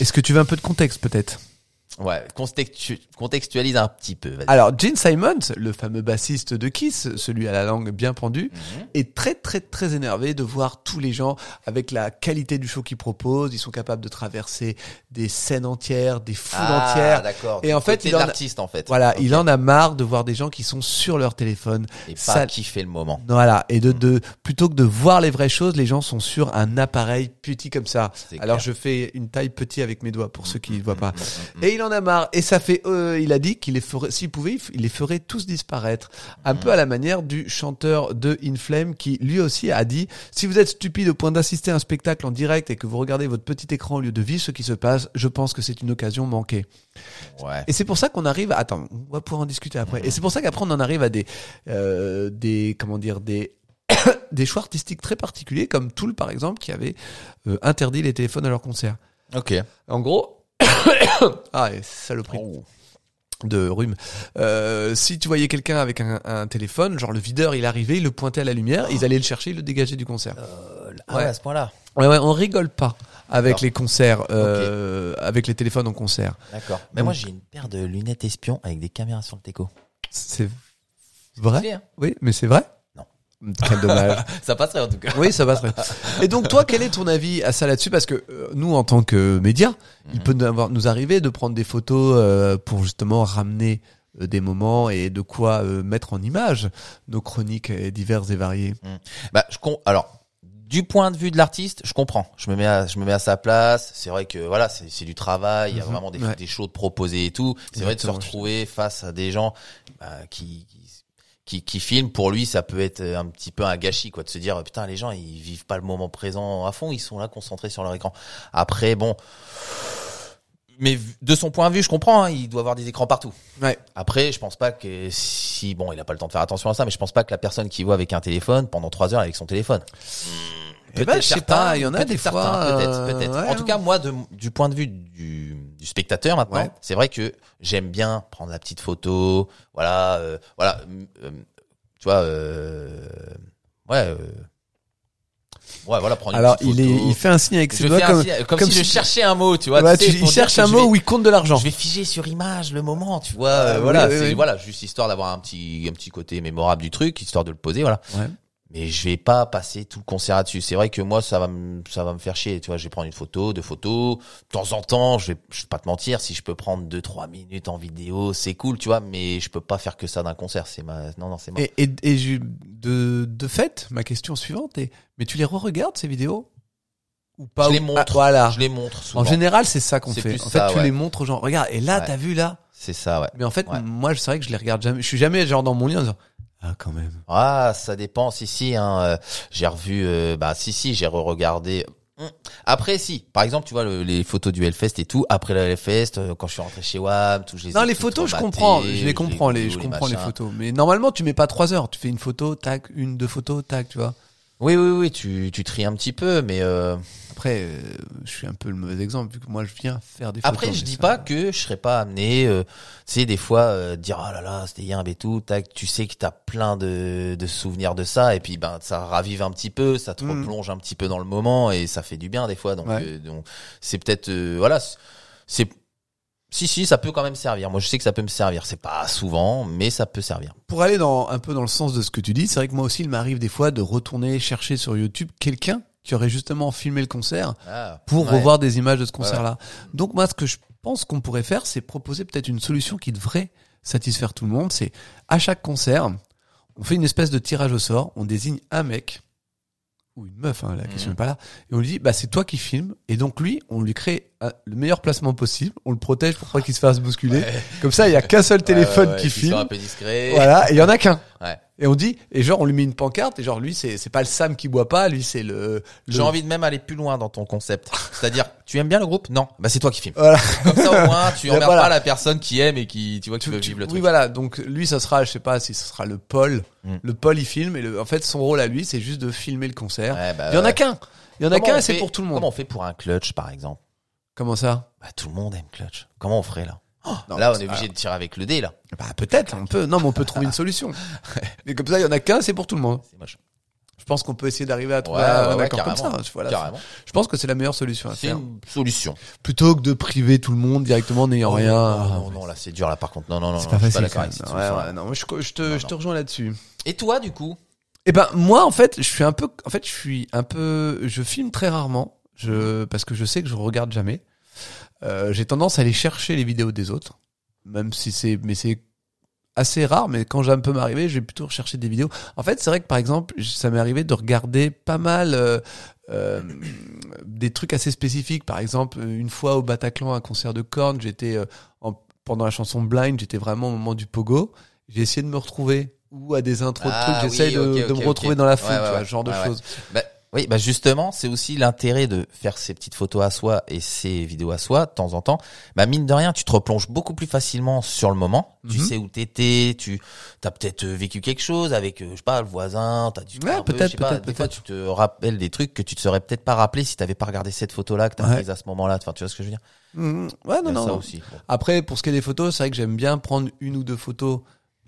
Est-ce que tu veux un peu de contexte peut-être
Ouais, contextu- contextualise un petit peu. vas-y.
Alors, Gene Simons, le fameux bassiste de Kiss, celui à la langue bien pendue,
Mhm.
est très très très énervé de voir tous les gens avec la qualité du show qu'ils proposent. Ils sont capables de traverser des scènes entières, des foules
Ah,
entières.
d'accord.
Et en fait, il en a-
artiste en fait.
Voilà,
Ok.
il en a marre de voir des gens qui sont sur leur téléphone.
et pas
ça-
kiffer le moment.
Voilà, et de, de plutôt que de voir les vraies choses, les gens sont sur un appareil petit comme ça.
C'est
Alors
clair.
je fais une taille petit avec mes doigts pour ceux qui ne voient pas.
Mm, mm, mm.
Et il en a marre. Et ça fait, euh, il a dit qu'il les ferait, s'il pouvait, il f- il les ferait tous disparaître. Un peu à la manière du chanteur de In Flame qui lui aussi a dit, si vous êtes stupide au point d'assister à un spectacle en direct et que vous regardez votre petit écran au lieu de vivre ce qui se passe, je pense que c'est une occasion manquée.
Ouais.
Et c'est pour ça qu'on arrive. à- Attends, on va pouvoir en discuter après. Et c'est pour ça qu'après on en arrive à des, euh, des comment dire des des choix artistiques très particuliers comme Tool par exemple qui avait euh, interdit les téléphones à leur concert.
Ok.
En gros. ah, et saloperie
Oh.
de rhume. Euh, si tu voyais quelqu'un avec un, un téléphone, genre le videur, il arrivait, il le pointait à la lumière, ils allaient le chercher, ils le dégageaient du concert.
Ah,
Ouais.
à ce point-là.
Ouais, ouais, on rigole pas avec
Alors.
les concerts, euh, avec les téléphones en concert.
D'accord. Mais
Donc-
moi, j'ai une paire de lunettes espions avec des caméras sur le teco.
C'est vrai.
Stylé, hein
Oui, mais c'est vrai
Non.
Quel dommage.
Ça passerait en tout cas.
oui, ça va très bien. Et donc, toi, quel est ton avis à ça là-dessus Parce que euh, nous, en tant que médias,
Mhm.
il peut nous, avoir- nous arriver de prendre des photos euh, pour justement ramener euh, des moments et de quoi euh, mettre en image nos chroniques euh, diverses et variées.
Bah, je com- alors du point de vue de l'artiste, je comprends. Je me mets à, je me mets à sa place. C'est vrai que voilà, c'est c'est du travail. Il y a
Mhm.
vraiment des,
Ouais.
des choses proposées et tout. C'est vrai de se
Exactement, je-
retrouver face à des gens bah, qui, qui qui qui filment. Pour lui, ça peut être un petit peu un gâchis quoi de se dire putain les gens ils vivent pas le moment présent à fond. Ils sont là concentrés sur leur écran. Après bon. Mais vu- de son point de vue, je comprends, hein, il doit avoir des écrans partout.
Ouais.
Après, je pense pas que si bon, il a pas le temps de faire attention à ça, mais je pense pas que la personne qui voit avec un téléphone pendant trois heures avec son téléphone.
Eh ben, je sais
certains,
pas, il y en a
peut-être
des fois,
certains,
euh,
Peut-être, peut-être.
ouais,
en tout
hein.
cas, moi, de- du point de vue du, du spectateur maintenant,
Ouais.
c'est vrai que j'aime bien prendre la petite photo, voilà, euh, voilà, euh, tu vois, euh, ouais, euh, ouais, voilà, prendre
Alors,
une
il,
petite
est,
photo.
il fait un signe avec
Je
ses
fais
doigts
un
comme...
signe- comme
comme
si,
si-
je cherchais un mot, tu vois.
Ouais,
tu sais,
tu- il
pour dire
cherche
que
un
je
mot
vais-
où il compte de l'argent.
je vais figer sur image le moment, tu vois.
Euh,
euh,
oui,
voilà,
oui,
c'est
oui.
voilà, juste histoire d'avoir un petit, un petit côté mémorable du truc, histoire de le poser, voilà.
Ouais.
Mais je vais pas passer tout le concert là-dessus. C'est vrai que moi, ça va, me- ça va me faire chier. Tu vois, je vais prendre une photo, deux photos. De temps en temps, je vais, je vais pas te mentir, si je peux prendre deux, trois minutes en vidéo, c'est cool, tu vois. Mais je peux pas faire que ça d'un concert. C'est ma, non, non, c'est mort.
Et, et, et je- de, de fait, ma question suivante est, mais tu les re-regardes ces vidéos Ou pas
Je les
ou-
montre.
Ah, voilà.
Je les montre souvent.
En général, c'est ça qu'on
C'est
fait.
plus
En
ça,
fait, tu
ouais.
les montres aux gens. Regarde, et là,
Ouais.
t'as vu là.
C'est ça, ouais.
Mais en fait,
Ouais.
moi, c'est vrai que je les regarde jamais. Je suis jamais genre dans mon lit en disant ah quand même.
Ah, ça dépend. Si si, hein, euh, j'ai revu. euh, bah si si, j'ai re-regardé. Hum. Après si, par exemple, tu vois le- les photos du Hellfest et tout. Après le Hellfest, euh, quand je suis rentré chez WAM, tout. Je les
Non,
ai
les
tout
photos, je
formatées,
comprends. Je
j'ai
les comprends les,
vidéos,
je comprends les
machins.
photos. Mais normalement, tu mets pas trois heures. Tu fais une photo, tac, une, deux photos, tac, tu vois.
Oui oui oui, tu tu tries un petit peu, mais euh,
Après, euh, je suis un peu le mauvais exemple vu que moi, je viens faire des photos.
après je
mais
dis
ça-
pas que je serais pas amené. euh, tu sais des fois euh, dire ah là là c'était hier et tout. Tac, tu sais que t'as plein de de souvenirs de ça et puis ben ça ravive un petit peu, ça te
Mhm.
replonge un petit peu dans le moment et ça fait du bien des fois. Donc
Ouais.
euh, donc c'est peut-être euh, voilà c- c'est si si ça peut quand même servir moi je sais que ça peut me servir c'est pas souvent mais ça peut servir
Pour aller dans un peu dans le sens de ce que tu dis, c'est vrai que moi aussi, il m'arrive des fois de retourner chercher sur YouTube quelqu'un qui aurait justement filmé le concert pour revoir des images de ce concert-là. Donc moi, ce que je pense qu'on pourrait faire, c'est proposer peut-être une solution qui devrait satisfaire tout le monde. C'est à chaque concert, on fait une espèce de tirage au sort, on désigne un mec ou une meuf, hein, la question
Mhm.
n'est pas là, et on lui dit, bah c'est toi qui filmes, et donc lui, on lui crée un- le meilleur placement possible, on le protège pour pas qu'il se fasse bousculer. Comme ça, il y a qu'un seul téléphone qui
un
filme.
peu discret
Voilà, et il y en a qu'un.
Ouais.
Et on dit, et genre on lui met une pancarte, et genre lui c'est c'est pas le Sam qui boit pas, lui c'est le. le-
j'ai envie de même aller plus loin dans ton concept c'est-à-dire tu aimes bien le groupe non bah c'est toi qui filmes
Voilà.
comme ça au moins tu
Mais
emmerdes
voilà.
pas la personne qui aime et qui tu vois qui
Tu-
veut
tu-
vivre le
Oui,
truc
voilà. Donc lui, ça sera, je sais pas si ce sera le Paul.
Mm.
Le Paul, il filme. Et le, en fait, son rôle à lui, c'est juste de filmer le concert.
Ouais, bah,
il y en a
ouais.
qu'un. Il y en a
Comment
qu'un
on
et c'est
fait-
pour tout le monde.
comment
Comment,
on fait pour un clutch par exemple
ça
bah tout le monde aime clutch comment on ferait là
Non,
Ah, là on
c'est-
est obligé de tirer avec le dé là
ah, Bah, peut-être, on peut. Non, mais on peut trouver une solution. Mais comme ça, il y en a qu'un, c'est pour tout le monde.
c'est moche
Je pense qu'on peut essayer d'arriver à trouver
Ouais,
un
ouais, ouais,
accord comme ça.
carrément.
Voilà.
Carrément.
Je pense que c'est la meilleure solution à
C'est
faire.
une solution.
Plutôt que de priver tout le monde directement en n'ayant
Oh,
rien.
Non, non, non, là, c'est dur, là, par contre. Non, non, non,
c'est
non,
pas
je suis
facile.
d'accord
quand
avec cette
même. Ouais,
solution-là.
ouais, non, mais je, je te, je te rejoins là-dessus.
Et toi, du coup
Eh ben moi en fait, je suis un peu en fait, je suis un peu je filme très rarement, je parce que je sais que je regarde jamais. Euh, j'ai tendance à aller chercher les vidéos des autres, même si c'est mais c'est assez rare mais quand j'ai un peu m'arriver, je vais plutôt rechercher des vidéos. En fait, c'est vrai que par exemple, j- ça m'est arrivé de regarder pas mal euh, euh, des trucs assez spécifiques, par exemple, une fois au Bataclan à un concert de Korn, j'étais euh, en- pendant la chanson Blind, j'étais vraiment au moment du pogo, j'ai essayé de me retrouver ou à des intros de
Ah
trucs,
oui,
j'essaye de,
ok,
de
ok,
me
ok.
retrouver dans la foule,
Ouais,
tu
ouais,
vois,
ouais.
ce genre de
Ouais, ouais.
choses.
Bah, oui, bah justement, c'est aussi l'intérêt de faire ces petites photos à soi et ces vidéos à soi de temps en temps. Bah mine de rien, tu te replonges beaucoup plus facilement sur le moment. Tu
Mhm.
sais où t'étais, tu as peut-être euh, vécu quelque chose avec, euh, je sais pas, le voisin. T'as dû
Ouais,
un peu,
peut-être,
je sais pas,
peut-être,
Des fois, tu te rappelles des trucs que tu te serais peut-être pas rappelé si t'avais pas regardé cette photo-là que t'as
Ouais.
prise à ce moment-là. Enfin, tu vois ce que je veux dire
Mhm. Ouais,
Il y
non,
a
non.
ça
non.
aussi. Bon.
Après, pour ce qui est des photos, c'est vrai que j'aime bien prendre une ou deux photos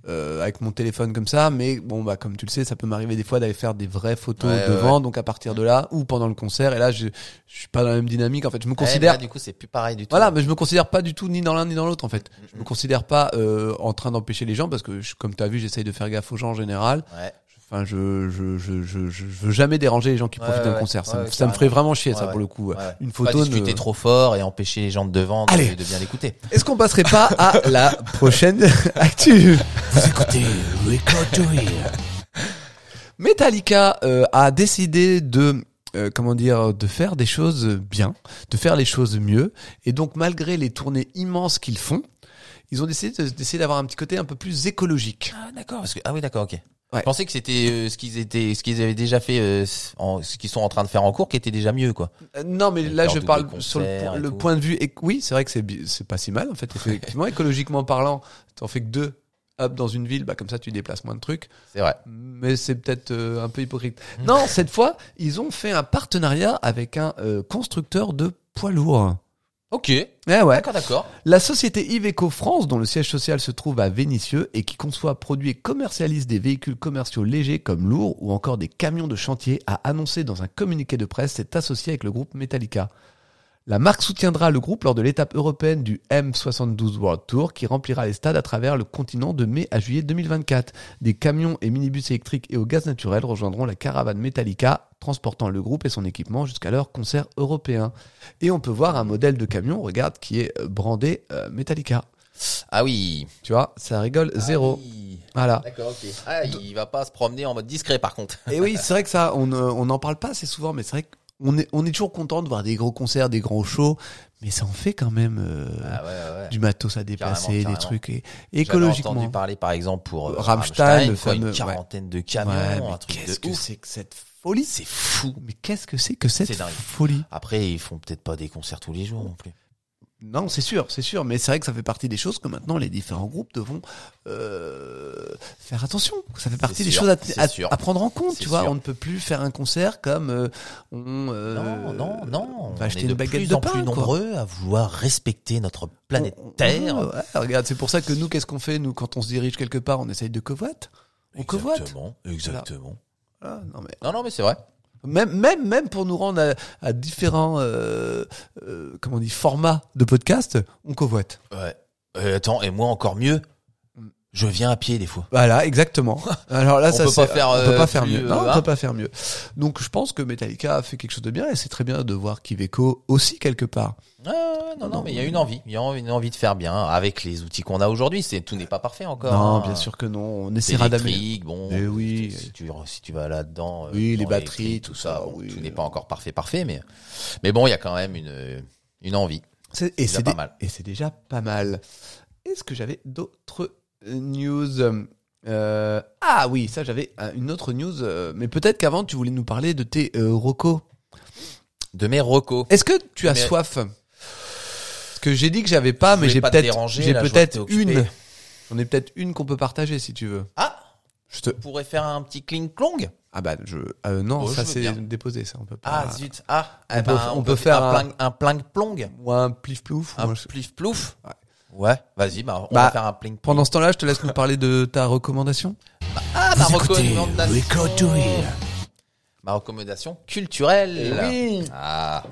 euh, avec mon téléphone comme ça, mais bon, bah comme tu le sais, ça peut m'arriver des fois d'aller faire des vraies photos
Ouais, ouais,
devant, donc à partir de là ou pendant le concert. Et là, je, je suis pas dans la même dynamique. En fait, je me
Ouais, bah, mais
considère
là, du coup, c'est plus pareil du tout.
Voilà, mais je me considère pas du tout ni dans l'un ni dans l'autre en fait. Je me considère pas euh, en train d'empêcher les gens parce que je- comme tu as vu, j'essaye de faire gaffe aux gens en général.
Ouais.
Enfin, je je je je, je veux jamais déranger les gens qui
Ouais,
profitent d'un
ouais,
concert. Ça,
ouais,
me,
ouais,
ça me ferait vraiment chier ça
Ouais,
pour le coup.
Ouais.
Une
Faut Pas
photo.
discuter
ne-
trop fort et empêcher les gens de devant de,
Allez.
de bien l'écouter.
Est-ce qu'on passerait pas à la prochaine actu
Vous écoutez Record to Hear.
Metallica euh, a décidé de euh, comment dire de faire des choses bien, de faire les choses mieux et donc malgré les tournées immenses qu'ils font, ils ont décidé de- d'essayer d'avoir un petit côté un peu plus écologique.
Ah d'accord. Parce que ah oui d'accord ok.
Ouais.
Je pensais que c'était euh, ce qu'ils étaient, ce qu'ils avaient déjà fait, euh, en- ce qu'ils sont en train de faire en cours, qui était déjà mieux quoi.
Euh, Non, mais
Et
là,
faire
je
double
parle
concert
sur le, point-
et
le
tout.
point de vue. éc- oui, c'est vrai que c'est bi- c'est pas si mal en fait. Effectivement, écologiquement parlant, t'en fais que deux. Hop, dans une ville, bah comme ça, tu déplaces moins de trucs.
C'est vrai.
Mais c'est peut-être euh, un peu hypocrite.
Mm.
Non, cette fois, ils ont fait un partenariat avec un euh, constructeur de poids lourds.
Ok.
Eh ouais.
D'accord d'accord.
La société Iveco France, dont le siège social se trouve à Vénissieux et qui conçoit, produit et commercialise des véhicules commerciaux légers comme lourds ou encore des camions de chantier, a annoncé dans un communiqué de presse s'être associée avec le groupe Metallica. La marque soutiendra le groupe lors de l'étape européenne du M72 World Tour qui remplira les stades à travers le continent de mai à juillet 2024. Des camions et minibus électriques et au gaz naturel rejoindront la caravane Metallica transportant le groupe et son équipement jusqu'à leur concert européen. Et on peut voir un modèle de camion, regarde, qui est euh, brandé euh, Metallica.
Ah oui.
Tu vois, ça rigole zéro.
Ah oui.
Voilà.
D'accord ok. Ah il va pas se promener en mode discret par contre.
Et oui, c'est vrai que ça, on euh, on n'en parle pas assez souvent, mais c'est vrai qu'on est, on est toujours content de voir des gros concerts, des grands shows, mais ça en fait quand même euh,
Ah ouais ouais. ouais.
du matos à déplacer,
Carrément, carrément.
des trucs. Et,
J'avais
écologiquement.
entendu parler par exemple pour euh,
Rammstein,
Rammstein,
le
quoi,
fameux-
une quarantaine de camions,
Ouais, mais
un truc
qu'est-ce
de
que
ouf.
c'est que cette folie C'est fou. Mais qu'est-ce que c'est que cette
C'est dingue.
folie
Après ils font peut-être pas des concerts tous les jours non plus.
Non, c'est sûr, c'est sûr. Mais c'est vrai que ça fait partie des choses que maintenant les différents groupes devront euh, faire attention. Ça fait partie des
sûr,
choses à,
c'est
à-
sûr.
à prendre en compte.
C'est
Tu vois,
sûr.
on ne peut plus faire un concert comme euh, on. euh,
Non, non, non.
on
on
va acheter
est
une
de
baguette
plus
de
en
pain.
plus
quoi.
nombreux à vouloir respecter notre planète
On- on-
Terre.
ouais, regarde, c'est pour ça que nous, qu'est-ce qu'on fait nous quand on se dirige quelque part, on essaye de covoite. On covoite.
Exactement, exactement.
Ah, non, mais
Non, non, mais c'est vrai.
même même même pour nous rendre à, à différents euh, euh, comment on dit formats de podcast, on covoite.
Ouais. Euh, attends, et moi encore mieux,
Mm.
je viens à pied des fois.
Voilà, exactement. Alors là,
On
ça,
peut pas
c'est-
faire,
on peut
euh,
pas faire
plus,
mieux.
euh,
Non, on
hein.
peut pas faire mieux. Donc, je pense que Metallica a fait quelque chose de bien et c'est très bien de voir qu'Iveco aussi quelque part.
Ah, non, non, mais il y a une envie. Il y a une envie de faire bien avec les outils qu'on a aujourd'hui. C'est tout n'est pas parfait encore.
non,
hein.
bien sûr que non. On
C'est
essaiera d'améliorer.
électrique, bon.
Mais oui.
Si tu, si tu vas là-dedans. euh,
Oui, les
dans
batteries,
l'électrique,
tout
tout ça.
ça,
bon,
oui.
Tout n'est pas encore parfait, parfait, mais, mais bon, il y a quand même une, une envie.
C'est- Et
Déjà
c'est
pas
dé-
mal.
Et c'est déjà pas mal. Est-ce que j'avais d'autres euh, news Euh, Ah oui, ça j'avais euh, une autre news, euh, mais peut-être qu'avant tu voulais nous parler de tes euh, recos.
De mes recos.
Est-ce que tu as
Mais-
soif Parce que j'ai dit que j'avais pas,
Je
mais
voulais
j'ai
pas te
peut-être,
déranger,
j'ai
là, je vois que
peut-être
t'es occupé.
une. On est peut-être une qu'on peut partager si tu veux.
Ah!
Je te.
On pourrait faire un petit clink-clong.
Ah bah je. euh, non,
Oh, je
ça
veux
c'est
bien.
déposé, ça on peut pas.
Ah, zut. Ah,
Ah,
eh
bah, on peut faire un-
pling- un pling-plong.
Ou un plif plouf. ou
Un
un-
plif plouf
Ouais.
Ouais, vas-y, bah, on
Bah,
va faire un pling
Pendant ce temps-là, je te laisse nous parler de ta recommandation.
Ah,
Vous écoutez Record to Hear.
ma recommandation culturelle. Ah.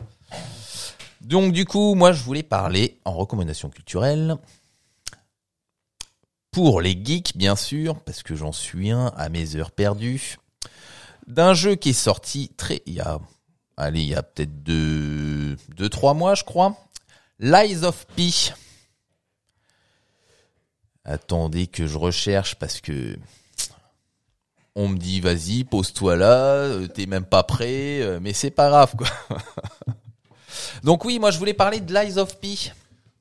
Donc du coup, moi je voulais parler en recommandation culturelle pour les geeks bien sûr, parce que j'en suis un à mes heures perdues, d'un jeu qui est sorti très il y a allez, il y a peut-être deux deux trois mois, je crois. Lies of P. Attendez que je recherche parce que on me dit vas-y, pose-toi là, euh, t'es même pas prêt, euh, mais c'est pas grave quoi. Donc oui, moi je voulais parler de Lies of P.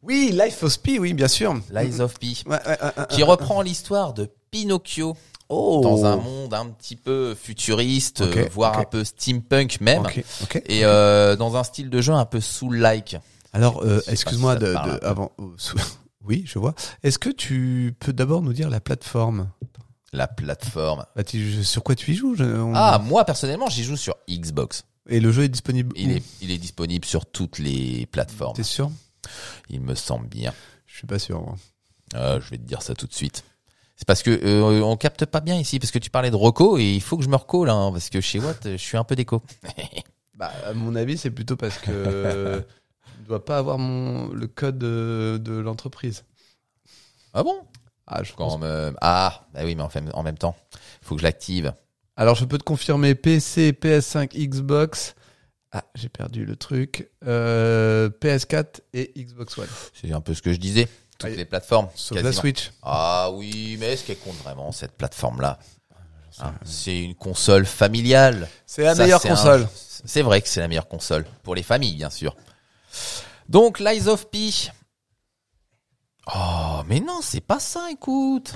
Oui, Life of Pi, oui, bien sûr.
Lies of P.
Ouais, ouais, ouais, ouais.
Qui reprend l'histoire de Pinocchio
Oh.
dans un monde un petit peu futuriste,
Ok,
euh, voire
ok.
un peu steampunk même.
Ok, ok.
Et euh, dans un style de jeu un peu soul-like.
Alors, euh,
Je sais pas
excuse-moi
si ça
de,
te parle
de-
un peu.
avant. oh, sou- Oui, je vois. Est-ce que tu peux d'abord nous dire la plateforme
La plateforme.
Bah, tu- Sur quoi tu y joues je- on-
Ah, moi personnellement, j'y joue sur Xbox.
Et le jeu est disponible
Il
où
est, il est disponible sur toutes les plateformes.
T'es sûr
Il me semble bien.
Je suis pas sûr. moi.
Euh, je vais te dire ça tout de suite. C'est parce que euh, on capte pas bien ici, parce que tu parlais de Rocco et il faut que je me reco là, hein, parce que chez Watt, je suis un peu déco.
Bah, à mon avis, c'est plutôt parce que je dois pas avoir mon le code de, de l'entreprise.
Ah bon
Ah, je pense.
Quand même. Ah, bah oui, mais en, fait- en même temps, faut que je l'active.
Alors, je peux te confirmer PC, PS5, Xbox. Ah, j'ai perdu le truc. Euh, PS4 et Xbox One.
C'est un peu ce que je disais. Toutes
Aïe.
les plateformes.
Sauf la
quasiment.
Switch.
Ah oui, mais est-ce qu'elle compte vraiment cette plateforme-là
Ah,
Hein, C'est une console familiale.
C'est la
Ça,
meilleure
c'est un-
console.
C'est vrai que c'est la meilleure console pour les familles, bien sûr. Donc, Lies of P. Oh, mais non, c'est pas ça, écoute.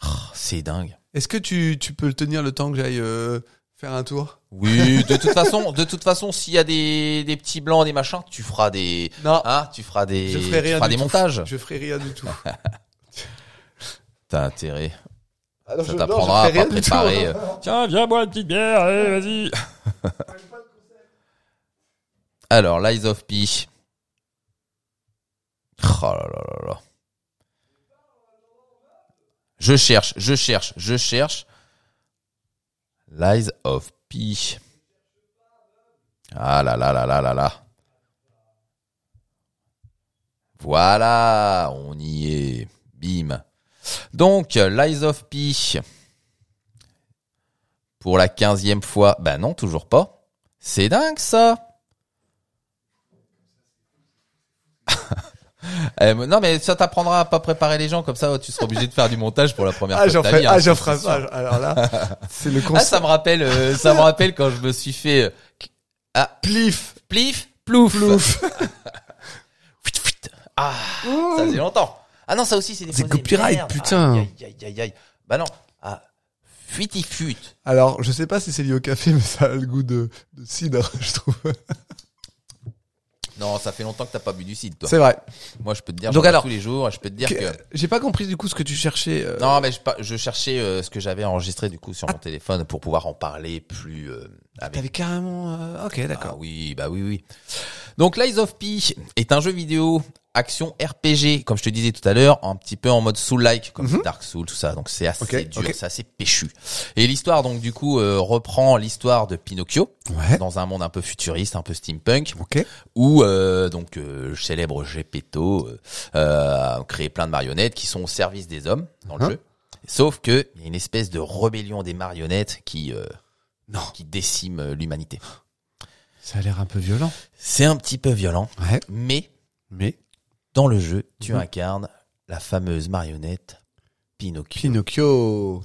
Ah, c'est dingue.
Est-ce que tu, tu peux le tenir le temps que j'aille euh, faire un tour
Oui, de toute façon, de toute façon, s'il y a des, des petits blancs, des machins, tu feras des,
Non,
ah, tu feras des,
je ferai
tu
rien
feras
du
des
tout.
montages.
Je ferai rien du tout.
T'as intérêt.
Alors,
Ça
je- Ah, non,
t'apprendra
je
à
ferai
pas
rien du tout.
préparer. euh,
Tiens, viens boire une petite bière, allez, vas-y.
Alors, Lies of P. Oh là là là là. Je cherche, je cherche, je cherche. Lies of P. Ah là là là là là là. Voilà, on y est. Bim. Donc, Lies of P. Pour la quinzième fois. Ben non, toujours pas. C'est dingue ça. Eh, mais non, mais ça t'apprendra à pas préparer les gens comme ça. Tu seras obligé de faire du montage pour la première
Ah,
fois
j'en
de ta
ferai,
vie, hein,
ah, j'en
c'est
ferai
sûr.
pas. Alors là, c'est le
Ah,
concept.
ça me rappelle, euh, ça me rappelle quand je me suis fait euh, ah, plif, plif, plouf, plouf. Fuit, fuit. ah, ça faisait longtemps. Ah non, ça aussi c'est des
C'est
fois,
copyright,
merde.
putain.
Aïe, aïe, aïe, aïe, aïe. Bah non. Ah, fuiti fut.
Alors, je sais pas si c'est lié au café, mais ça a le goût de, de cidre, je trouve.
Non, ça fait longtemps que t'as pas bu du cidre, toi.
C'est vrai.
Moi, je peux te dire,
Donc
j'en bois
alors-
tous les jours, et je peux te dire que.
Que- J'ai pas compris du coup ce que tu cherchais. euh,
Non, mais je, par- je cherchais euh, ce que j'avais enregistré du coup sur mon téléphone pour pouvoir en parler plus euh, avec
T'avais carrément. euh, Ok,
Ah
d'accord.
oui, bah oui, oui. Donc Lies of P est un jeu vidéo action RPG, comme je te disais tout à l'heure, un petit peu en mode soul-like, comme Dark Souls, tout ça. Donc c'est assez
Mhm. Ok,
dur,
ok.
c'est assez péchu. Et l'histoire, donc du coup, euh, reprend l'histoire de Pinocchio
Ouais.
dans un monde un peu futuriste, un peu steampunk,
Ok.
où euh, donc euh, le célèbre Gepetto euh, euh, a créé plein de marionnettes qui sont au service des hommes dans le
Hein
jeu. Sauf que il y a une espèce de rébellion des marionnettes qui euh,
Non.
qui décime euh, l'humanité.
Ça a l'air un peu violent.
C'est un petit peu violent
Ouais.
mais
Mais
dans le jeu, tu
Mhm.
incarnes la fameuse marionnette Pinocchio.
Pinocchio.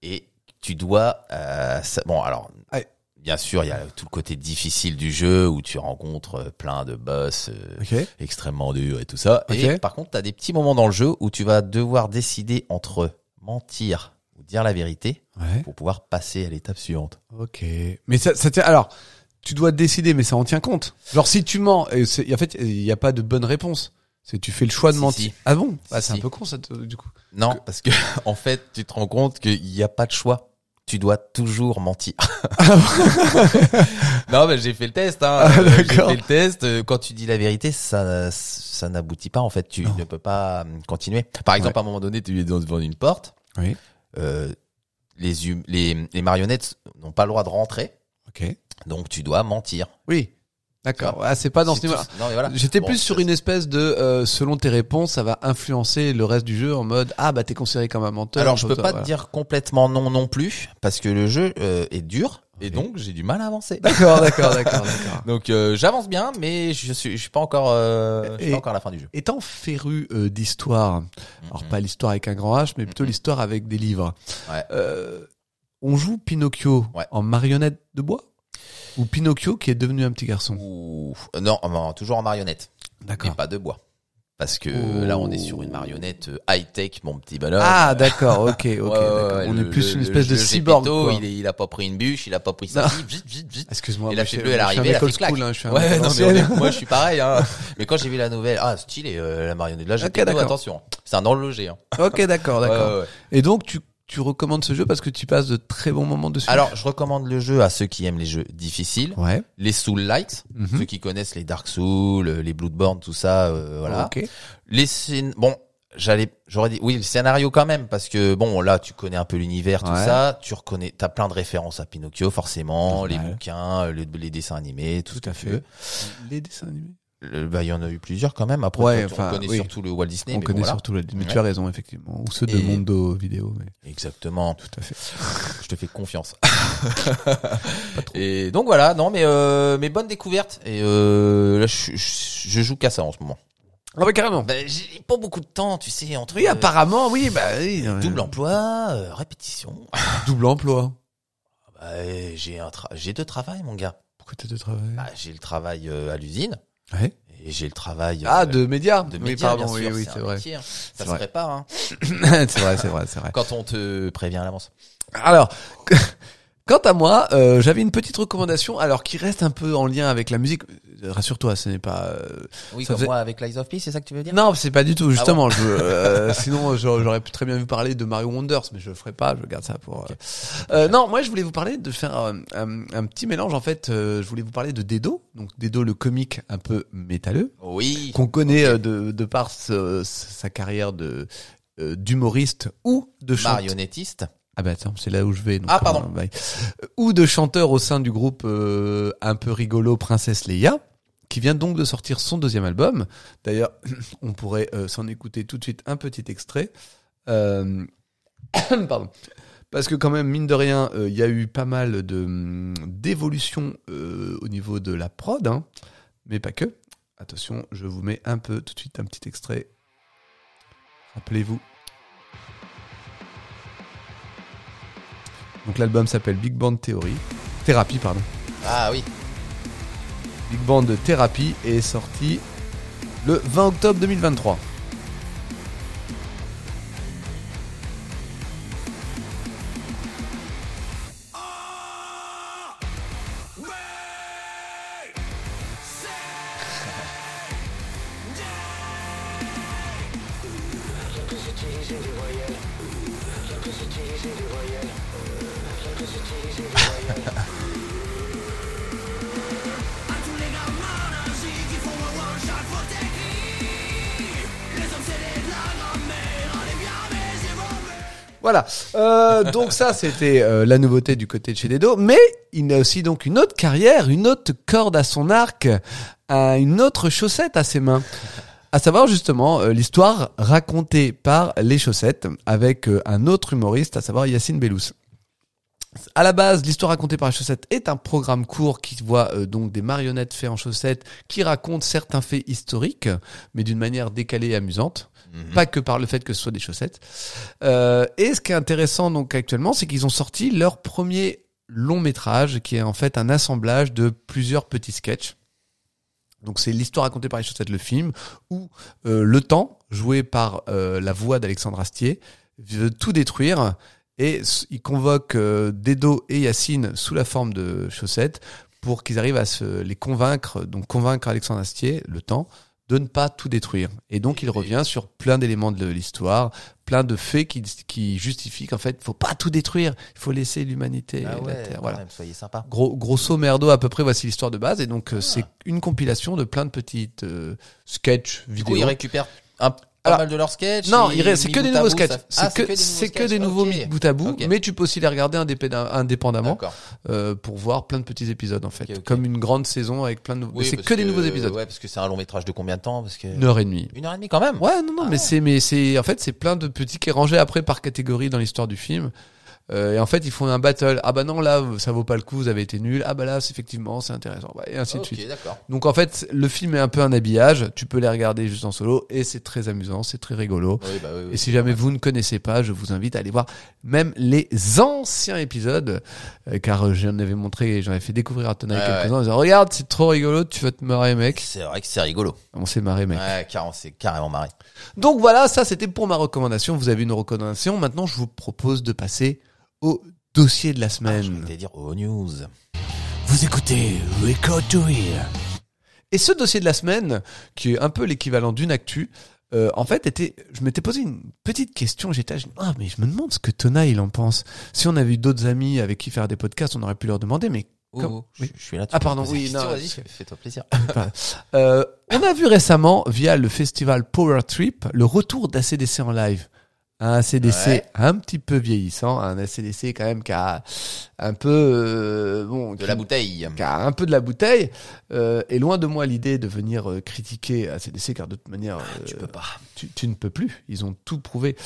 et tu dois... euh, ça- bon, alors...
Ouais.
Bien sûr, il y a tout le côté difficile du jeu où tu rencontres euh, plein de boss euh,
Ok.
extrêmement durs et tout ça. Et
Ok.
par contre, tu as des petits moments dans le jeu où tu vas devoir décider entre mentir ou dire la vérité
Ouais.
pour pouvoir passer à l'étape suivante.
Ok. Mais ça, ça tient. Alors, tu dois décider, mais ça en tient compte. Genre, si tu mens, et c'est- en fait, il n'y a pas de bonne réponse. C'est tu fais le choix de
Si,
mentir.
si.
Ah bon Ah,
Si,
C'est
si.
un peu con, ça, te- du coup.
Non, parce que en fait, tu te rends compte qu'il n'y a pas de choix. Tu dois toujours mentir. non, mais j'ai fait le test. Hein.
Ah,
Euh, j'ai
d'accord.
fait le test. Euh, Quand tu dis la vérité, ça, ça n'aboutit pas. En fait, tu
Non.
ne peux pas euh, continuer. Par exemple, à un moment donné, tu es devant une porte.
Oui.
Euh, les, hum- les, les marionnettes n'ont pas le droit de rentrer.
Ok.
Donc tu dois mentir.
Oui. D'accord. Ah, c'est pas dans ce
C'est
niveau-là.
tout- non, mais voilà.
J'étais
Bon,
plus sur
ça-
une espèce de euh, selon tes réponses, ça va influencer le reste du jeu en mode ah bah t'es considéré comme un menteur.
Alors je peux
toi,
pas
voilà.
te dire complètement non non plus parce que le jeu euh, est dur et
Ok.
donc j'ai du mal à avancer.
D'accord, d'accord, d'accord, d'accord.
Donc euh, j'avance bien mais je suis je suis pas encore euh, je suis
Et-
pas encore à la fin du jeu.
Étant féru euh, d'histoire, alors
Mhm.
pas l'histoire avec un grand H, mais plutôt
Mhm.
l'histoire avec des livres.
Ouais.
Euh, on joue Pinocchio
Ouais.
en marionnette de bois ou Pinocchio qui est devenu un petit garçon.
Ouh. Euh, Non, non, toujours en marionnette et
D'accord.
pas de bois. Parce que
Ouh.
là on est sur une marionnette high tech mon petit bonhomme.
Ah d'accord, ok, ok.
Ouais, ouais,
d'accord.
ouais,
on
le-
est plus
le-
une espèce
le
de
jeu
cyborg.
Gepetto,
quoi.
il, est- il a pas pris une bûche, il a pas pris ça.
Non.
Vite, vite, vite.
Excuse-moi.
Et la
moi, je-
cheveux, elle
moi,
arrivait, la
Je
fille
suis un
claque.
cool, hein, je suis un mec à
Ouais, non, mais on
l'ancienne.
est- moi je suis pareil. Hein. Mais quand j'ai vu la nouvelle, ah stylé euh, la marionnette. Là j'ai
Ah, Ok,
plutôt,
d'accord.
attention, c'est un enlogé. Hein.
Ok, d'accord, d'accord.
Ouais, ouais, ouais.
Et donc, tu, tu recommandes ce jeu parce que tu passes de très bons moments dessus.
Alors je recommande le jeu à ceux qui aiment les jeux difficiles,
ouais.
les Soul Light,
Mhm.
ceux qui connaissent les Dark Souls, les Bloodborne, tout ça. euh, voilà.
Ok.
Les scén- bon, j'allais, j'aurais dit oui le scénario quand même parce que bon là tu connais un peu l'univers tout
Ouais.
ça, tu reconnais, t'as plein de références à Pinocchio forcément, les
Normal.
bouquins, les, les dessins animés, tout,
Tout
ce que
à
tu
fait.
veux.
Les dessins animés.
Le- Bah il y en a eu plusieurs quand même. Après
Ouais,
toi, tu-
enfin,
on connaît
oui.
surtout le Walt Disney.
On
mais
connaît
bon, Eh ben, voilà.
surtout la. Mais tu
Ouais.
as raison, effectivement. Ou ceux de
Et-
Mondo Vidéo. Mais...
Exactement.
Tout à fait.
Je te fais confiance. Et donc voilà, non mais euh, mais bonne découverte. Et euh, là je, je- je joue qu'à ça en ce moment.
Ah, bah, carrément.
Bah, j'ai pas beaucoup de temps, tu sais, entre
Oui,
euh,
apparemment, oui. Bah, oui, euh,
double emploi, euh, répétition.
Double emploi.
Bah, et j'ai un tra- j'ai deux travails mon gars.
Pourquoi t'as de travail
Bah, j'ai le travail euh, à l'usine
Ouais.
et j'ai le travail euh,
Ah, de médias.
de
oui,
média,
pardon.
bien
Oui,
sûr,
oui,
un
c'est vrai.
métier, hein. Ça
C'est
se
vrai.
prépare hein,
c'est vrai, c'est vrai, c'est vrai.
quand on te prévient à l'avance.
Alors, quant à moi, euh, j'avais une petite recommandation, alors qui reste un peu en lien avec la musique. Euh, Rassure-toi, ce n'est pas. euh,
Oui,
Ça
comme
faisait-
moi avec Lies of Peace, c'est ça que tu veux dire
Non, c'est pas du tout. Justement, je, euh, sinon j'aurais j'aurais pu très bien vous parler de Mario Wonders, mais je le ferai pas. Je garde ça pour. euh, euh, non, moi je voulais vous parler de faire euh, un, un petit mélange en fait. euh, je voulais vous parler de Dedo, donc Dedo le comique un peu métalleux
Oui.
qu'on connaît euh, de, de par ce- sa carrière de euh, d'humoriste ou de chanteur.
Marionnettiste.
Ah bah attends, c'est là où je vais. donc,
Ah, pardon.
euh, bye. Euh, Ou de chanteur au sein du groupe euh, un peu rigolo Princesse Leia, qui vient donc de sortir son deuxième album. D'ailleurs, on pourrait euh, s'en écouter tout de suite un petit extrait. Euh, Pardon. Parce que quand même, mine de rien, euh, il y a eu pas mal de hum, d'évolutions euh, au niveau de la prod, hein, mais pas que. Attention, je vous mets un peu tout de suite un petit extrait. Rappelez-vous. Donc l'album s'appelle Big Band Theory, Thérapie pardon.
Ah oui.
Big Band Thérapie est sorti le 20 octobre 2023. Voilà. Euh, donc ça, c'était euh, la nouveauté du côté de chez Dedo. Mais il a aussi donc une autre carrière, une autre corde à son arc, un- une autre chaussette à ses mains. À savoir justement euh, l'histoire racontée par les chaussettes avec euh, un autre humoriste, à savoir Yacine Bellous. À la base, l'histoire racontée par les chaussettes est un programme court qui voit euh, donc des marionnettes faites en chaussettes qui racontent certains faits historiques, mais d'une manière décalée et amusante
Mhm.
pas que par le fait que ce soit des chaussettes. Euh, et ce qui est intéressant donc actuellement, c'est qu'ils ont sorti leur premier long métrage, qui est en fait un assemblage de plusieurs petits sketchs. Donc c'est l'histoire racontée par les chaussettes, le film, où euh, le temps, joué par euh, la voix d'Alexandre Astier, veut tout détruire. Et s- il convoque euh, Dedo et Yacine sous la forme de chaussettes pour qu'ils arrivent à se, les convaincre, donc convaincre Alexandre Astier, le temps, de ne pas tout détruire. Et donc il revient sur plein d'éléments de l'histoire, plein de faits qui, qui justifient qu'en fait, faut pas tout détruire, il faut laisser l'humanité
Ah
et
ouais,
la Terre.
quand
Voilà.
même, soyez sympa.
Gros, grosso merdo, à peu près, voici l'histoire de base. Et
Ah.
donc, euh, c'est une compilation de plein de petites euh, sketchs
Du coup,
vidéo.
il récupère un pas
Alors,
mal de leurs sketchs.
Non,
et
il reste- c'est
mis
que des
bout à
nouveaux
bout,
sketchs.
ça- Ah,
C'est que, c'est que des
sketchs,
nouveaux
ok.
mis bout à bout,
Ok.
mais tu peux aussi les regarder indépé- indépendamment
D'accord.
euh, pour voir plein de petits épisodes en fait,
Ok, ok.
comme une grande saison avec plein de nouveaux. mais
Oui,
c'est
parce
que des nouveaux épisodes,
Ouais, parce que c'est un long métrage de combien de temps Parce que
une heure et demie.
une heure et demie quand même.
Ouais, non, non,
Ah
mais
ouais.
c'est, mais c'est, en fait, c'est plein de petits qui est rangé après par catégorie dans l'histoire du film. Euh, et en fait, ils font un battle. Ah bah non, là, ça vaut pas le coup, vous avez été nul. Ah bah là, c'est effectivement, c'est intéressant. Bah, et ainsi de
Ok,
suite.
d'accord.
Donc en fait, le film est un peu un habillage. Tu peux les regarder juste en solo et c'est très amusant, c'est très rigolo.
Oui, bah oui, oui.
Et si jamais vous ne connaissez pas, je vous invite à aller voir même les anciens épisodes, euh, car euh, j'en avais montré et j'en avais fait découvrir à Tona
Ouais,
quelques-uns en disant, regarde, c'est trop rigolo, tu vas te marrer, mec.
C'est vrai que c'est rigolo.
On s'est marré, mec.
Ouais, car on s'est carrément marré.
Donc voilà, ça c'était pour ma recommandation. Vous avez une recommandation. Maintenant, je vous propose de passer au dossier de la
Ah, je
semaine.
voulais dire aux news.
Vous écoutez Record to Ear.
Et ce dossier de la semaine, qui est un peu l'équivalent d'une actu, euh, en fait, était, je m'étais posé une petite question. J'étais, là, j'ai dit, ah, mais je me demande ce que Tona il en pense. Si on avait eu d'autres amis avec qui faire des podcasts, on aurait pu leur demander. Mais
Oh,
Comme-
oh,
oui.
je, je suis là. tu
Ah,
peux
pardon,
poser la
oui,
question,
non,
Vas-y,
c'est- Ah,
fais-toi plaisir.
euh, on a vu récemment, via le festival Power Trip, le retour d'ACDC en live. Un ACDC
Ouais.
un petit peu vieillissant, un ACDC quand même qui a un peu euh, bon,
De la
qui-
bouteille.
qui a un peu de la bouteille. euh, et loin de moi l'idée de venir euh, critiquer ACDC, car de toute manière, euh, tu,
Ah, Tu peux pas.
tu ne peux plus. Ils ont tout prouvé.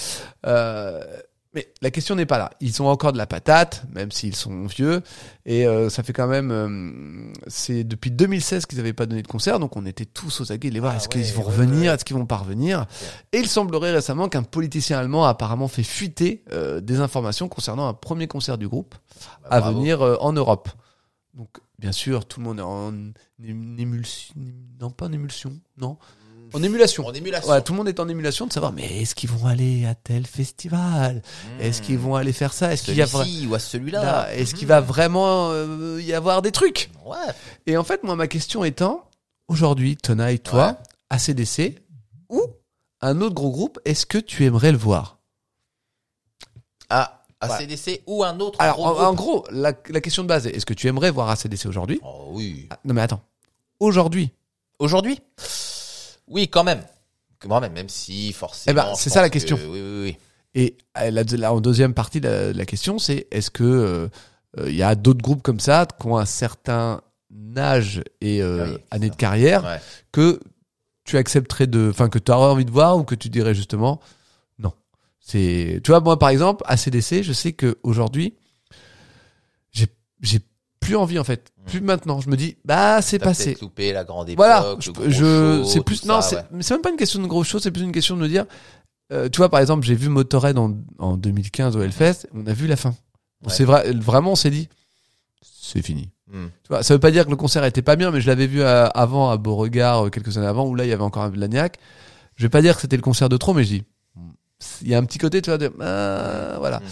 Euh, mais la question n'est pas là. Ils ont encore de la patate, même s'ils sont vieux. Et euh, ça fait quand même... euh, c'est depuis 2016 qu'ils n'avaient pas donné de concert, donc on était tous aux aguets de les voir.
Ah
Est-ce
ouais,
qu'ils vont
ouais,
revenir
ouais.
Est-ce qu'ils vont pas revenir Et il semblerait récemment qu'un politicien allemand a apparemment fait fuiter euh, des informations concernant un premier concert du groupe
Bah,
à
bravo.
venir euh, en Europe. Donc, bien sûr, tout le monde est en émulsion. Non, pas en émulsion, non. En émulation.
En émulation.
Ouais, tout le monde est en émulation de savoir, mais est-ce qu'ils vont aller à tel festival
Mmh.
Est-ce qu'ils vont aller faire ça Est-ce qu'il y a vra-
Celui-ci ou à celui-là
Là, Est-ce qu'il va vraiment euh, y avoir des trucs
Ouais.
Et en fait, moi, ma question étant, aujourd'hui, Tona et toi,
Ouais.
ACDC ou un autre gros groupe, est-ce que tu aimerais le voir
Ah, ACDC ou un autre.
Alors,
gros
en, en
groupe.
gros, la, la question de base est, est-ce que tu aimerais voir ACDC aujourd'hui
Oh oui.
Ah, Non, mais attends. Aujourd'hui
Aujourd'hui Oui, quand même. Quand même, même si forcément.
Eh ben,
je
c'est ça la
pense
question.
que- Oui, oui, oui.
Et euh, la, la- en deuxième partie de la, de la question, c'est est-ce que euh, euh, il y a d'autres groupes comme ça qui ont un certain âge et euh,
Ah oui, c'est
années
ça.
de carrière
Ouais.
que tu accepterais de, enfin que tu aurais envie de voir ou que tu dirais justement non. C'est, tu vois, moi par exemple, à CDC, je sais que aujourd'hui, j'ai, j'ai plus envie en fait, plus maintenant. Je me dis, bah c'est
Mmh. T'as
passé.
peut-être loupé la grande époque.
Voilà,
le
je,
gros
je-
show,
c'est
tout
plus
ça,
non, c'est
ouais.
mais c'est même pas une question de gros show, c'est plus une question de me dire, euh, tu vois par exemple, j'ai vu Motorhead en, en 2015 au Hellfest, on a vu la fin. On
Ouais.
s'est vra- vraiment, on s'est dit, c'est fini.
Hmm.
Tu vois, ça veut pas dire que le concert était pas bien, mais je l'avais vu à- avant à Beauregard euh, quelques années avant où là il y avait encore un Blagnac. Je vais pas dire que c'était le concert de trop, mais je dis, il y a un petit côté, tu vois, de ah, voilà.
Mm.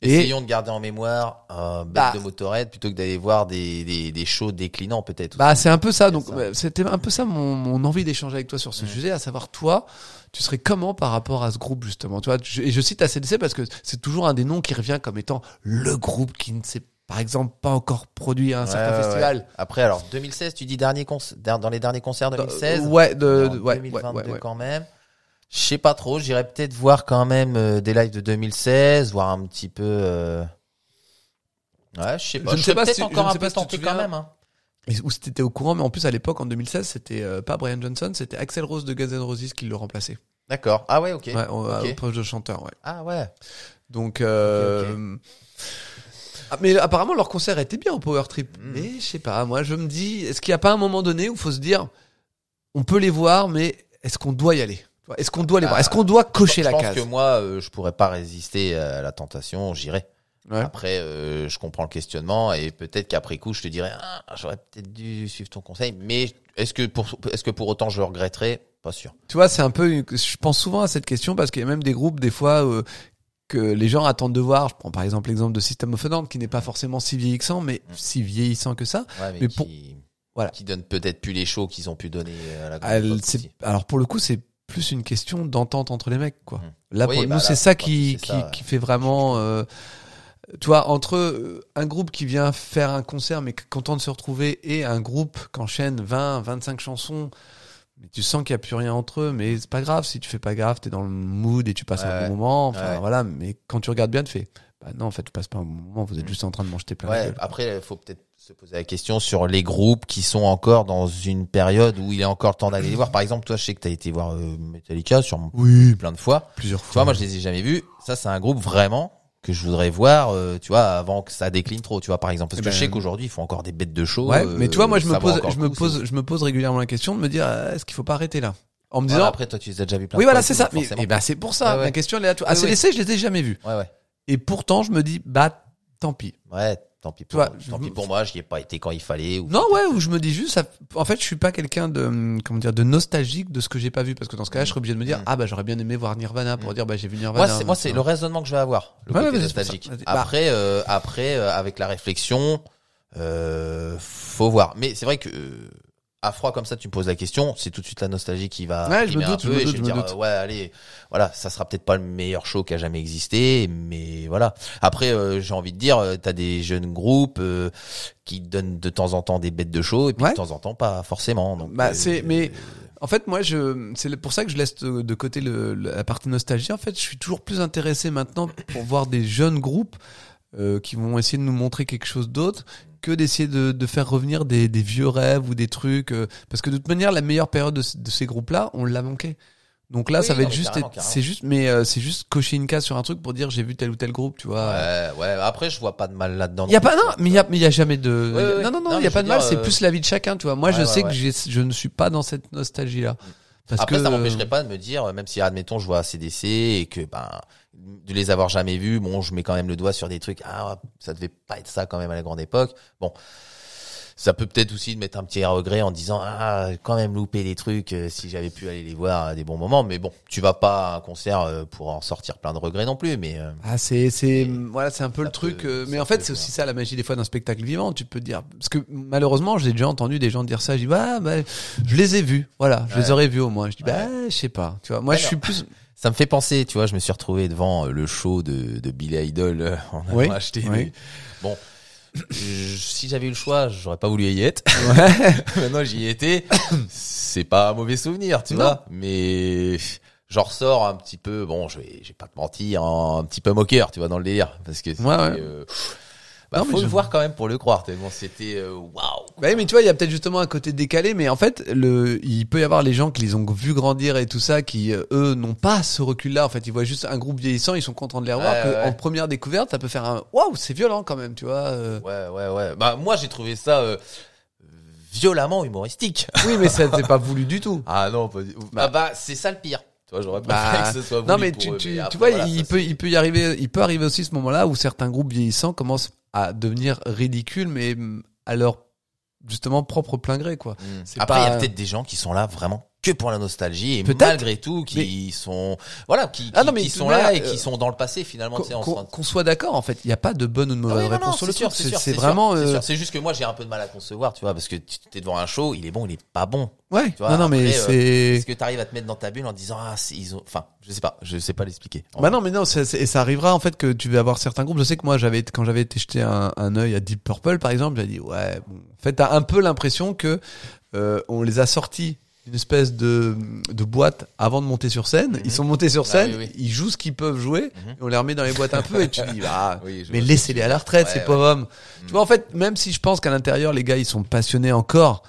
Et
Essayons de garder en mémoire un bête
Bah.
de Motorhead plutôt que d'aller voir des, des, des shows déclinants peut-être.
bah c'est un peu ça, donc
C'est ça.
ouais, c'était un peu ça mon, mon envie d'échanger avec toi sur ce
Mm.
sujet, à savoir toi, tu serais comment par rapport à ce groupe justement, tu vois, je, et je cite ACDC parce que c'est toujours un des noms qui revient comme étant le groupe qui ne s'est par exemple pas encore produit à un
Ouais,
certain
ouais,
festival. Bah,
ouais. Après, alors 2016, tu dis dernier conc- dans dans les derniers concerts 2016.
Ouais, de,
en
de- Euh, ouais, ouais,
2022
ouais, ouais.
quand même. Je sais pas trop, j'irais peut-être voir quand même euh, des lives de 2016, voir un petit peu. euh, Ouais, je sais pas.
Je ne sais
serais
pas
peut-être
si- je
encore
ne
un
sais
peu
pas si tu te
tenté quand
souviens.
même. hein.
Et où c'était au courant, mais en plus à l'époque en 2016, c'était euh, pas Brian Johnson, c'était Axel Rose de Guns N' Roses qui le remplaçait.
D'accord. Ah ouais, ok.
Ouais, au,
ok.
au poste de chanteur, ouais.
Ah ouais.
Donc, euh, ah, mais apparemment leur concert était bien au Power Trip.
Mm.
Mais je sais pas, moi je me dis, est-ce qu'il n'y a pas un moment donné où faut se dire, on peut les voir, mais est-ce qu'on doit y aller Est-ce qu'on doit les voir Est-ce qu'on doit cocher
je
la
pense
case
que moi, euh, je pourrais pas résister à la tentation, j'irai.
Ouais.
Après, euh, je comprends le questionnement et peut-être qu'après coup, je te dirais, ah, j'aurais peut-être dû suivre ton conseil, mais est-ce que pour, est-ce que pour autant je le regretterais Pas sûr.
Tu vois, c'est un peu. une- Je pense souvent à cette question parce qu'il y a même des groupes des fois euh, que les gens attendent de voir. Je prends par exemple l'exemple de System of a Down, qui n'est pas forcément si vieillissant, mais
Hmm.
si vieillissant que ça.
Ouais, mais,
Mais
qui,
pour- voilà.
qui donne peut-être plus les shows qu'ils ont pu donner euh, à la grande
Elle-
époque
c'est-
aussi.
alors pour le coup, c'est plus une question d'entente entre les mecs, quoi.
Mm.
Là,
Oui,
pour
bah
nous,
là,
c'est ça
quand
qui
c'est
qui,
ça, ouais.
qui fait vraiment. Euh, tu vois, entre euh, un groupe qui vient faire un concert mais qui est content de se retrouver et un groupe qui enchaîne 20, 25 chansons, Mais tu sens qu'il n'y a plus rien entre eux, mais c'est pas grave. Si tu fais pas grave, t'es dans le mood et tu passes
Ouais,
un bon moment. Enfin,
ouais.
voilà. Mais quand tu regardes bien, tu fais, bah non, en fait, tu passes pas un bon moment. Vous êtes juste en train de manger tes plats.
Ouais, après, il faut peut-être se poser la question sur les groupes qui sont encore dans une période où il est encore temps d'aller les voir. Par exemple, toi, je sais que t'as été voir euh, Metallica sur
Oui,
plein de fois.
plusieurs
Tu
fois.
vois, moi, je les ai jamais vus. Ça, c'est un groupe vraiment que je voudrais voir, euh, tu vois, avant que ça décline trop, tu vois, par exemple. Parce
Eh
que je
ben,
sais qu'aujourd'hui, ils font encore des bêtes de show.
Ouais,
euh,
mais tu vois, moi, je
ça
me
va
pose,
encore hein.
je me
le coup,
pose, je me pose régulièrement la question de me dire, euh, est-ce qu'il faut pas arrêter là En me
c'est-
disant,
Voilà, après, toi, tu les as déjà vus plein
oui,
de
voilà,
fois,
c'est ça.
donc
Mais bah,
forcément.
eh ben, c'est pour ça.
Ouais, ouais.
La question, elle est là.
Ouais,
Ah, c'est
ouais.
l'essai, je les ai jamais vus.
Ouais, ouais.
Et pourtant, je me dis, bah, tant pis.
Ouais, tant pis pour,
Toi,
moi.
je-
tant pis pour moi, j'y ai pas été quand il fallait. Ou...
Non, ouais, où je me dis juste, ça- en fait, je suis pas quelqu'un de, hum, comment dire, de nostalgique de ce que j'ai pas vu, parce que dans ce cas-là, je serais obligé de me dire,
Mm.
ah bah j'aurais bien aimé voir Nirvana pour
Mm.
dire, bah j'ai vu Nirvana.
Moi, c'est, moi, c'est le raisonnement que je vais avoir. Le
Ouais,
côté
ouais, ouais, c'est pour
nostalgique.
ça. Vas-y. Bah.
Après, euh, après, euh, avec la réflexion, euh, faut voir. Mais c'est vrai que, euh, à froid comme ça, tu me poses la question, c'est tout de suite la nostalgie qui va
Ouais, je
primer
me
un
doute, je
peu
me
et je
doute, je
vais
me
dire,
doute.
euh, ouais, allez, voilà, ça sera peut-être pas le meilleur show qui a jamais existé, mais voilà. Après, euh, j'ai envie de dire, euh, t'as des jeunes groupes euh, qui donnent de temps en temps des bêtes de show et puis
Ouais.
de temps en temps pas forcément. Donc,
Bah,
euh,
c'est- mais- En fait, moi, je, c'est pour ça que je laisse de de côté le, le- la partie nostalgie. En fait, je suis toujours plus intéressé maintenant pour voir des jeunes groupes euh, qui vont essayer de nous montrer quelque chose d'autre que d'essayer de, de faire revenir des, des vieux rêves ou des trucs. euh, parce que de toute manière, la meilleure période de, ce- de ces groupes-là, on l'a manqué. Donc là,
Oui,
ça va
non,
être
mais
juste,
carrément,
être-
carrément.
c'est juste, mais euh, c'est juste cocher une case sur un truc pour dire j'ai vu tel ou tel groupe, tu vois.
euh, Ouais, ouais. Après, je vois pas de mal là-dedans.
Il y a
non
pas
plus,
non,
tu vois.
mais il y a mais il y a jamais de
Ouais, ouais,
non non
non,
non, il y
mais
a
je
pas
veux
de mal,
dire,
c'est
euh,
plus la vie de chacun, tu vois. Moi je
ouais,
sais
ouais,
que j'ai- je ne suis pas dans cette nostalgie là parce
Après,
que
ça m'empêcherait pas de me dire, euh, même si admettons je vois ACDC et que ben de les avoir jamais vus, bon, je mets quand même le doigt sur des trucs. Ah, ça devait pas être ça quand même à la grande époque. Bon, ça peut peut-être aussi de mettre un petit regret en disant ah quand même loupé des trucs euh, si j'avais pu aller les voir à des bons moments. Mais bon, tu vas pas à un concert euh, pour en sortir plein de regrets non plus. Mais euh,
Ah, c'est c'est
Et
voilà, c'est un peu
ça
le truc
peut-
euh, mais
ça
en fait,
peut
c'est
jouer.
aussi ça la magie des fois d'un spectacle vivant, tu peux dire parce que malheureusement, j'ai déjà entendu des gens dire ça, je dis bah, bah, je les ai vus, voilà, je les
Ouais.
aurais vus au moins. Je dis bah, je sais pas, tu vois. Moi, je
Alors.
suis plus
Ça me fait penser, tu vois, je me suis retrouvé devant euh, le show de, de Billy Idol euh, en allant
Oui,
acheter.
oui.
des- Bon, je- si j'avais eu le choix, j'aurais pas voulu y être. Maintenant, j'y ai été. C'est pas un mauvais souvenir, tu
Non.
vois. Mais j'en ressors un petit peu. Bon, je vais, je vais pas te mentir, hein, un, un petit peu moqueur, tu vois, dans le délire, parce que. c'est,
Ouais, ouais.
euh, pff, bah,
Non, mais
faut le
je-
voir quand même pour le croire. Tellement c'était euh, waouh.
Bah oui, mais tu vois, il y a peut-être justement un côté décalé, mais en fait, le, il peut y avoir les gens qui les ont vus grandir et tout ça, qui euh, eux n'ont pas ce recul-là. En fait, ils voient juste un groupe vieillissant, ils sont contents de les revoir.
Ouais,
que
ouais.
En première découverte, ça peut faire un waouh, c'est violent quand même, tu vois. euh.
Ouais, ouais, ouais. Bah moi, j'ai trouvé ça euh, violemment humoristique.
Oui, mais ça c'est pas voulu du tout.
Ah non, pas du-
Bah-
Ah bah, c'est ça le pire. Tu vois, j'aurais
Bah,
préféré que ce soit voulu
Non, mais
pour
tu,
eux,
tu,
mais
tu
après,
vois,
voilà,
il
ça,
peut,
c'est-
il peut y arriver, il peut arriver aussi ce moment-là où certains groupes vieillissants commencent à devenir ridicules, mais hum, à leur justement propre plein gré, quoi.
Mm.
c'est
Après, il y
pas-
a peut-être des gens qui sont là vraiment que pour la nostalgie et
Peut-être.
malgré tout qui sont voilà qui,
Ah
qui-
non, mais
qui
de
sont
toute manière,
là et
euh,
qui sont dans le passé finalement
Qu'on
tu sais, en train de-
qu'on soit d'accord, en fait, il n'y a pas de bonne ou de
Ah oui,
mauvaise
non, non,
euh, réponse sur le
c'est sûr,
truc.
c'est sûr,
C'est
c'est
vraiment.
sûr, c'est
euh,
sûr. C'est juste que moi j'ai un peu de mal à concevoir, tu vois, parce que tu t'es devant un show, il est bon, il est pas bon.
Ouais.
vois,
non, non, mais
après, euh,
c'est.
Est-ce que t'arrives à te mettre dans ta bulle en disant ah c'est- ils ont, enfin je sais pas, je sais pas l'expliquer. En
Bah non, mais non, ça, c'est- et ça arrivera en fait que tu vas avoir certains groupes. Je sais que moi, j'avais quand j'avais été jeter un, un œil à Deep Purple, par exemple, j'avais dit ouais. Bon. En fait, t'as un peu l'impression que euh, on les a sortis d'une espèce de, de boîte avant de monter sur scène. Ils sont montés sur
Ah
scène,
oui, oui.
ils jouent ce qu'ils peuvent jouer,
Mhm.
et on les remet dans les boîtes un peu, et tu dis bah.
Oui, je
Mais
vois.
laissez-les à la retraite,
Ouais,
ces
ouais.
pauvres hommes. Tu
Mm.
vois, en fait, même si je pense qu'à l'intérieur, les gars, ils sont passionnés encore,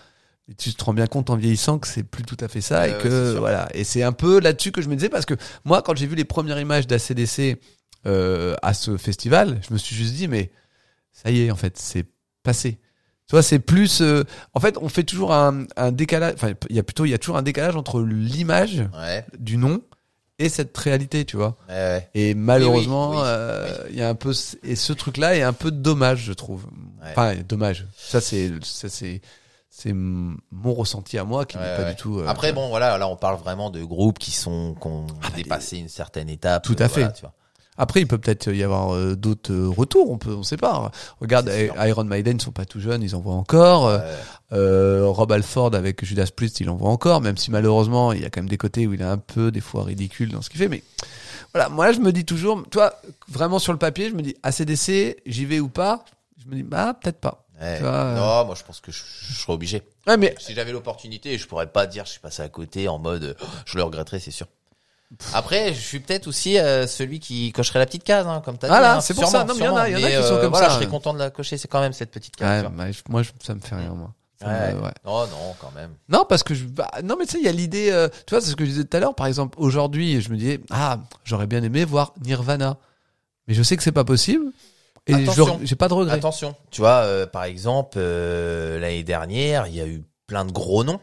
tu te rends bien compte en vieillissant que c'est plus tout à fait ça
Ouais,
et
ouais,
que
c'est sûr.
voilà. Et c'est un peu là-dessus que je me disais parce que moi, quand j'ai vu les premières images d'ACDC euh, à ce festival, je me suis juste dit, mais ça y est, en fait, c'est passé. Tu vois, c'est plus. euh, en fait, on fait toujours un, un décalage. Enfin, il y a plutôt, il y a toujours un décalage entre l'image
ouais,
du nom et cette réalité, tu vois.
ouais, ouais.
Et malheureusement, euh,
Oui,
il
oui, oui,
y a un peu ce- et ce truc-là est un peu dommage, je trouve.
Ouais.
Enfin, dommage. Ça c'est ça c'est c'est m- mon ressenti à moi qui n'est
Ouais,
pas
ouais.
du tout. euh,
Après, bon, voilà, là, on parle vraiment de groupes qui sont, qui ont dépassé une certaine étape.
Ah, Tout à
euh, voilà,
fait.
tu vois.
Après, il peut peut-être y avoir euh, d'autres euh, retours. On peut, on sait pas. Regarde,
C'est sûr.
I- Iron Maiden, ils sont pas tout jeunes, ils en voient encore. Euh,
Euh,
euh, Rob Alford avec Judas Priest, il en voit encore. Même si malheureusement, il y a quand même des côtés où il est un peu des fois ridicule dans ce qu'il fait. Mais voilà, moi je me dis toujours, toi, vraiment sur le papier, je me dis ACDC, j'y vais ou pas Je me dis bah peut-être pas.
Ouais.
Tu vois,
Non, moi je pense que je, je serais obligé.
Ouais, mais
Si j'avais l'opportunité, je pourrais pas dire je suis passé à côté en mode euh, je le regretterais, c'est sûr. Après, je suis peut-être aussi euh, celui qui cocherait la petite case, hein, comme t'as
Ah
dit.
là,
hein,
c'est pour ça. Non, mais y en
sûrement.
a- y en a qui
Mais, euh,
sont comme
voilà,
ça,
Je serais
hein.
content de la cocher. C'est quand même cette petite
Ouais,
case. tu vois.
bah, je- moi, je- ça me fait rien, moi. Ça
Ouais.
me- ouais.
Non, non, quand même.
Non, parce que je. bah, non, mais tu sais, il y a l'idée. euh, tu vois, c'est ce que je disais tout à l'heure. Par exemple, aujourd'hui, je me disais, ah, j'aurais bien aimé voir Nirvana. Mais je sais que c'est pas possible. Et je
Attention.
le- j'ai pas de regrets.
Attention, tu vois, euh, par exemple, euh, l'année dernière, il y a eu plein de gros noms.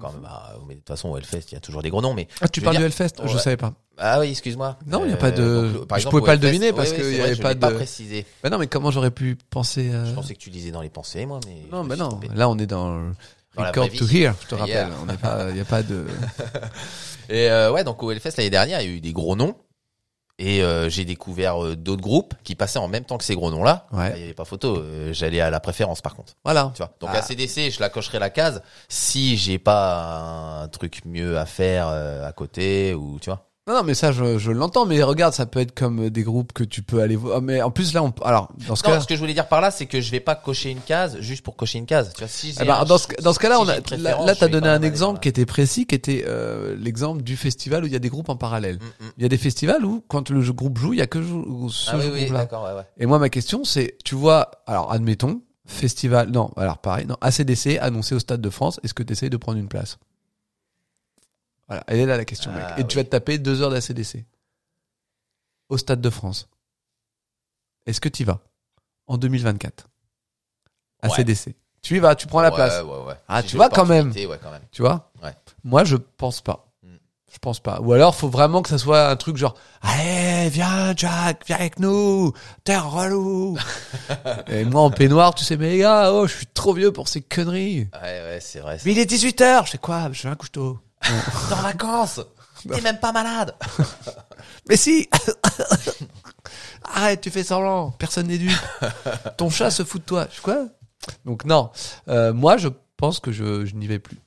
Quand
Mhm.
même, bah, mais de toute façon, au Hellfest, il y a toujours des gros noms, mais
Mm. Ah, tu
je veux
parles
dire-
du Hellfest Je
Ouais.
savais pas.
ah oui, excuse-moi.
Non, il y a pas de-
donc, le- par
je
exemple,
pouvais
au
pas le
Hellfest-
deviner parce
oui,
que
oui,
il y
c'est vrai,
avait
je
pas
l'ai
de-
précisé.
Bah non, mais comment j'aurais pu penser. euh,
Je pensais que tu lisais dans les pensées, moi, mais
Non,
je
mais
me suis
non.
trompé.
Là, on est dans.
Dans la
Record
vraie
to
vie.
hear, je te rappelle.
Yeah.
On n'est pas, il y a pas de.
Et euh, ouais, donc au Hellfest l'année dernière, il y a eu des gros noms. Et euh, j'ai découvert euh, d'autres groupes qui passaient en même temps que ces gros noms-là.
Ouais.
Là, Il n'y avait pas photo. euh, J'allais à la préférence, par contre.
Voilà.
Tu vois. Donc
Ah.
ACDC, je la cocherai la case si j'ai pas un truc mieux à faire euh, à côté ou tu vois.
Non, non, mais ça, je, je l'entends. Mais regarde, ça peut être comme des groupes que tu peux aller voir. Mais en plus, là, on. Alors, dans ce
Non,
cas.
ce que je voulais dire par là, c'est que je vais pas cocher une case juste pour cocher une case. Tu vois, si j'ai
Eh ben,
un-
dans ce, dans ce cas-là,
si
on
j'ai
a-
une
là,
préférence,
là,
je
t'as
vais
donné
pas
un
m'en aller
exemple
par
qui était précis, qui était euh, l'exemple du festival où il y a des groupes en parallèle.
là. Mm, mm.
Il y a des festivals où, quand le jeu- groupe joue, il y a que jou- ce
Ah oui, oui,
groupe-là.
d'accord, ouais, ouais.
Et moi, ma question, c'est, tu vois, alors admettons, festival, non, alors pareil, non, ACDC annoncé au Stade de France, est-ce que tu essayes de prendre une place Voilà, elle est là la question, mec.
Ah,
Et tu
oui.
vas te taper deux heures d'ACDC au Stade de France. Est-ce que tu vas en 2024
Ouais.
ACDC. Tu y vas, tu prends la
Ouais,
place.
ouais, ouais.
Ah,
Si
tu
j'ai
vois, quand même.
l'opportunité, Ouais, quand même.
Tu vois
Ouais.
Moi, je pense pas.
Mm.
Je pense pas. Ou alors, faut vraiment que ça soit un truc genre, allez, viens, Jack, viens avec nous, t'es un relou. Et moi, en peignoir, tu sais, mais les gars, oh, je suis trop vieux pour ces conneries.
Ouais, ouais, c'est vrai. c'est-
Mais il est 18h, je fais quoi? Je fais un couche tôt.
T'es en vacances. T'es même pas malade.
Mais si! Arrête, tu fais semblant. Personne n'est dupe. Ton chat se fout de toi. Je fais quoi? Donc, non. Euh, moi, je pense que je, je n'y vais plus.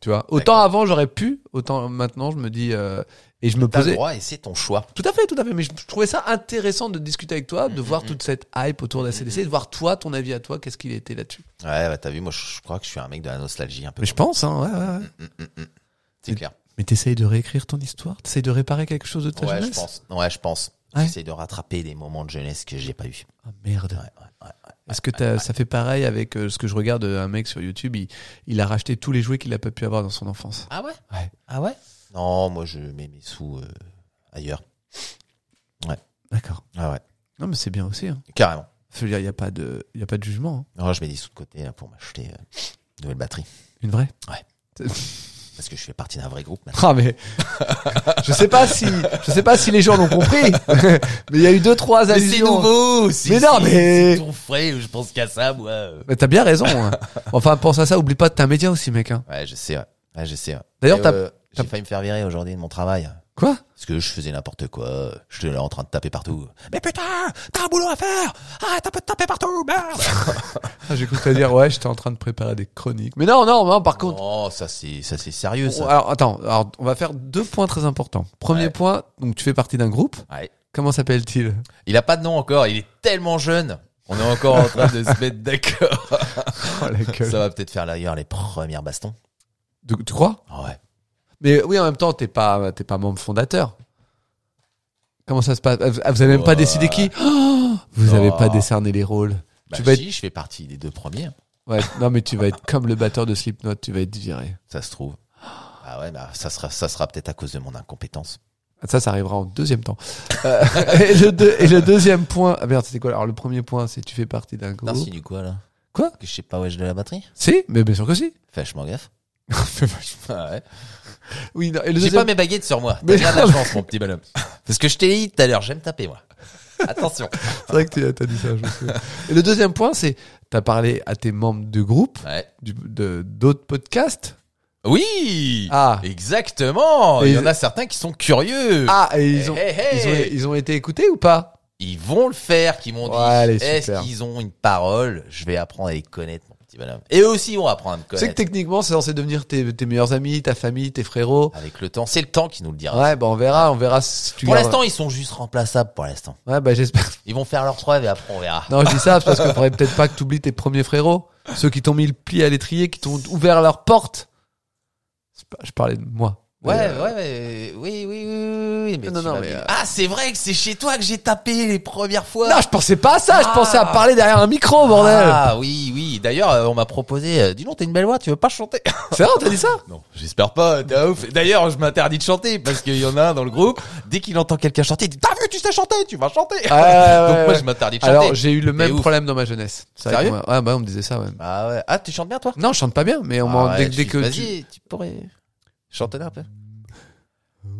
Tu vois? Autant
D'accord.
avant, j'aurais pu. Autant maintenant, je me dis, euh, et je me
T'as le
posais.
droit et c'est ton choix.
Tout à fait, tout à fait. Mais je, je trouvais ça intéressant de discuter avec toi, de voir toute cette hype autour de la CDC, de voir toi, ton avis à toi, qu'est-ce qu'il était là-dessus.
Ouais, bah, t'as vu, moi je je crois que je suis un mec de la nostalgie un peu.
Mais je pense, hein, ouais, ouais, ouais.
C'est clair.
Mais t'essayes de réécrire ton histoire, t'essayes de réparer quelque chose de ta
Ouais, je
jeunesse.
pense. Ouais, je pense.
Ouais.
J'essaie de rattraper des moments de jeunesse que j'ai pas eu.
Ah merde.
Ouais, ouais, ouais.
Est-ce que t'as- ça fait pareil avec euh, ce que je regarde euh, un mec sur YouTube, il, il a racheté tous les jouets qu'il a pas pu avoir dans son enfance.
Ah ouais
Ouais.
Ah ouais Non, moi je mets mes sous euh, ailleurs.
D'accord.
Ah ouais,
Non, mais c'est bien aussi. Hein.
carrément.
Je veux dire, il n'y a pas de, il y a pas de jugement. hein.
Non, je mets des sous de côté là pour m'acheter euh, une nouvelle batterie
Une vraie.
parce que je fais partie d'un vrai groupe. maintenant.
Ah mais je sais pas si, je sais pas si les gens l'ont compris, mais il y a eu deux trois
Mais
allusions.
c'est nouveau. c'est-
Mais non,
c'est-
mais-
c'est ton frais. Je pense qu'à ça, moi. euh.
Mais t'as bien raison. hein. Enfin, pense à ça. Oublie pas, t'es un média aussi, mec. Hein.
Ouais, je sais. Ouais, Ouais, je sais. ouais.
D'ailleurs,
Et,
t'as-
euh,
t'as-
j'ai failli me faire virer aujourd'hui de mon travail.
Quoi
Parce que je faisais n'importe quoi, j'étais là en train de taper partout. Mais putain, t'as un boulot à faire Arrête un peu de taper partout, merde
Ah, J'ai cru te dire, ouais, j'étais en train de préparer des chroniques. Mais non, non, non par contre.
Non, Oh, ça c'est ça c'est sérieux
on-
ça.
alors, attends, alors, on va faire deux points très importants. Premier
Ouais.
point, donc tu fais partie d'un groupe.
Ouais.
Comment s'appelle-t-il
Il a pas de nom encore, il est tellement jeune. On est encore en train de se mettre d'accord.
Oh la gueule.
Ça va peut-être faire d'ailleurs les premières bastons. Ah
Donc, tu crois
Ouais.
Mais oui, en même temps, t'es pas, t'es pas membre fondateur. Comment ça se passe Ah, Vous vous avez même pas
Ouais.
décidé qui Oh, Vous
Non.
avez pas décerné les rôles.
Bah,
tu vas être-
si, je fais partie des deux premiers, hein,
Ouais, non, mais tu vas être comme le batteur de Slipknot, tu vas être viré.
ça se trouve. Ah ouais, bah ça sera ça sera peut-être à cause de mon incompétence.
Ça, ça arrivera en deuxième temps. Euh, et, le deux- et le deuxième point, ah merde, c'était quoi Alors le premier point, c'est tu fais partie d'un
Putain,
groupe.
c'est du quoi là
Oh. Quoi
Que je sais pas où est-je de la batterie
Si, mais bien sûr que si.
Fais vachement gaffe. Ah ouais.
Oui, non, et le
J'ai
deuxième.
pas mes baguettes sur moi. T'as
Mais-
bien de la chance, mon petit bonhomme. Parce que je t'ai dit tout à l'heure, j'aime taper, moi. Attention.
C'est vrai que tu as dit ça. Je me souviens. et le deuxième point, c'est t'as parlé à tes membres de groupe,
Ouais.
du- de d'autres podcasts.
Oui
Ah,
Exactement Il
Et-
y en a certains qui sont curieux.
ah, et ils ont,
Hey, hey, hey.
ils ont, ils ont été écoutés ou pas
Ils vont le faire, qui m'ont
Ouais, allez,
dit. Est-ce
super.
qu'ils ont une parole Je vais apprendre à les connaître, mon petits bonhommes. Et eux aussi vont apprendre à me
Tu sais que
connaître.
techniquement, c'est censé devenir tes, tes meilleurs amis, ta famille, tes frérots.
Avec le temps, c'est le temps qui nous le dira.
Ouais, bah on verra, on verra si tu
pour
gardes-
l'instant, ils sont juste remplaçables pour l'instant.
Ouais, bah j'espère.
Ils vont faire leurs preuves et après on verra.
Non, je dis ça c'est parce que faudrait peut-être pas que tu oublies tes premiers frérots, ceux qui t'ont mis le pli à l'étrier, qui t'ont ouvert leur porte. C'est pas- Je parlais de moi.
Ouais,
Mais,
ouais,
euh,
ouais, oui, oui, oui, oui, mais
Non,
tu
non,
m'as
mais,
vu.
euh,
Ah, c'est vrai que c'est chez toi que j'ai tapé les premières fois.
Non, je pensais pas à ça, je
Ah.
pensais à parler derrière un micro, Oh, bordel.
Ah oui, oui. D'ailleurs, euh, on m'a proposé, euh, dis donc, t'as une belle voix, tu veux pas chanter
C'est vrai, on t'a dit ça
Non, j'espère pas, t'es un ouf. D'ailleurs, je m'interdis de chanter parce qu'il y en a un dans le groupe, dès qu'il entend quelqu'un chanter, il dit, t'as vu, tu sais chanter, tu vas chanter.
Ouais, ouais,
Donc
ouais,
moi,
ouais.
je m'interdis de chanter.
Euh, Alors, j'ai eu le
T'es
même
ouf.
problème dans ma jeunesse. C'est vrai
Sérieux
qu'on m'a- Ouais, bah on me disait ça, ouais.
Ah ouais. Ah, tu chantes bien, toi
Non, je chante pas bien, mais on
Ah
m'en-
ouais,
dès,
tu-
dès que tu-
Vas-y, tu pourrais chanter un peu.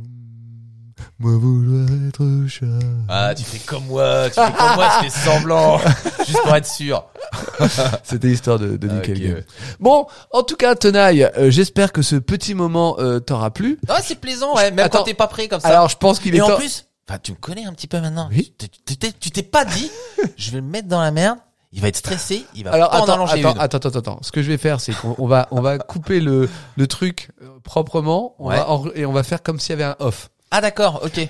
Moi vouloir être chat.
Ah, tu fais comme moi, tu fais comme moi, tu fais semblant, juste pour être sûr.
C'était l'histoire de, de
Ah,
Nickel
ok,
Game.
ouais.
Bon, en tout cas, Tenaille, euh, j'espère que ce petit moment euh, t'aura plu.
Ah, c'est plaisant, ouais, même
Attends.
quand t'es pas prêt comme ça.
Alors, je pense qu'il est
Et en
temps.
plus, enfin, tu me connais un petit peu maintenant.
Oui.
Tu t'es- tu t'es- tu t'es pas dit, je vais le mettre dans la merde, il va être stressé, il va
Alors
pas en
attends,
allonger
attends,
une.
attends, attends, attends. Ce que je vais faire, c'est qu'on on va, on va couper le, le truc euh, proprement, on
Ouais.
va en- et on va faire comme s'il y avait un off.
Ah d'accord, ok.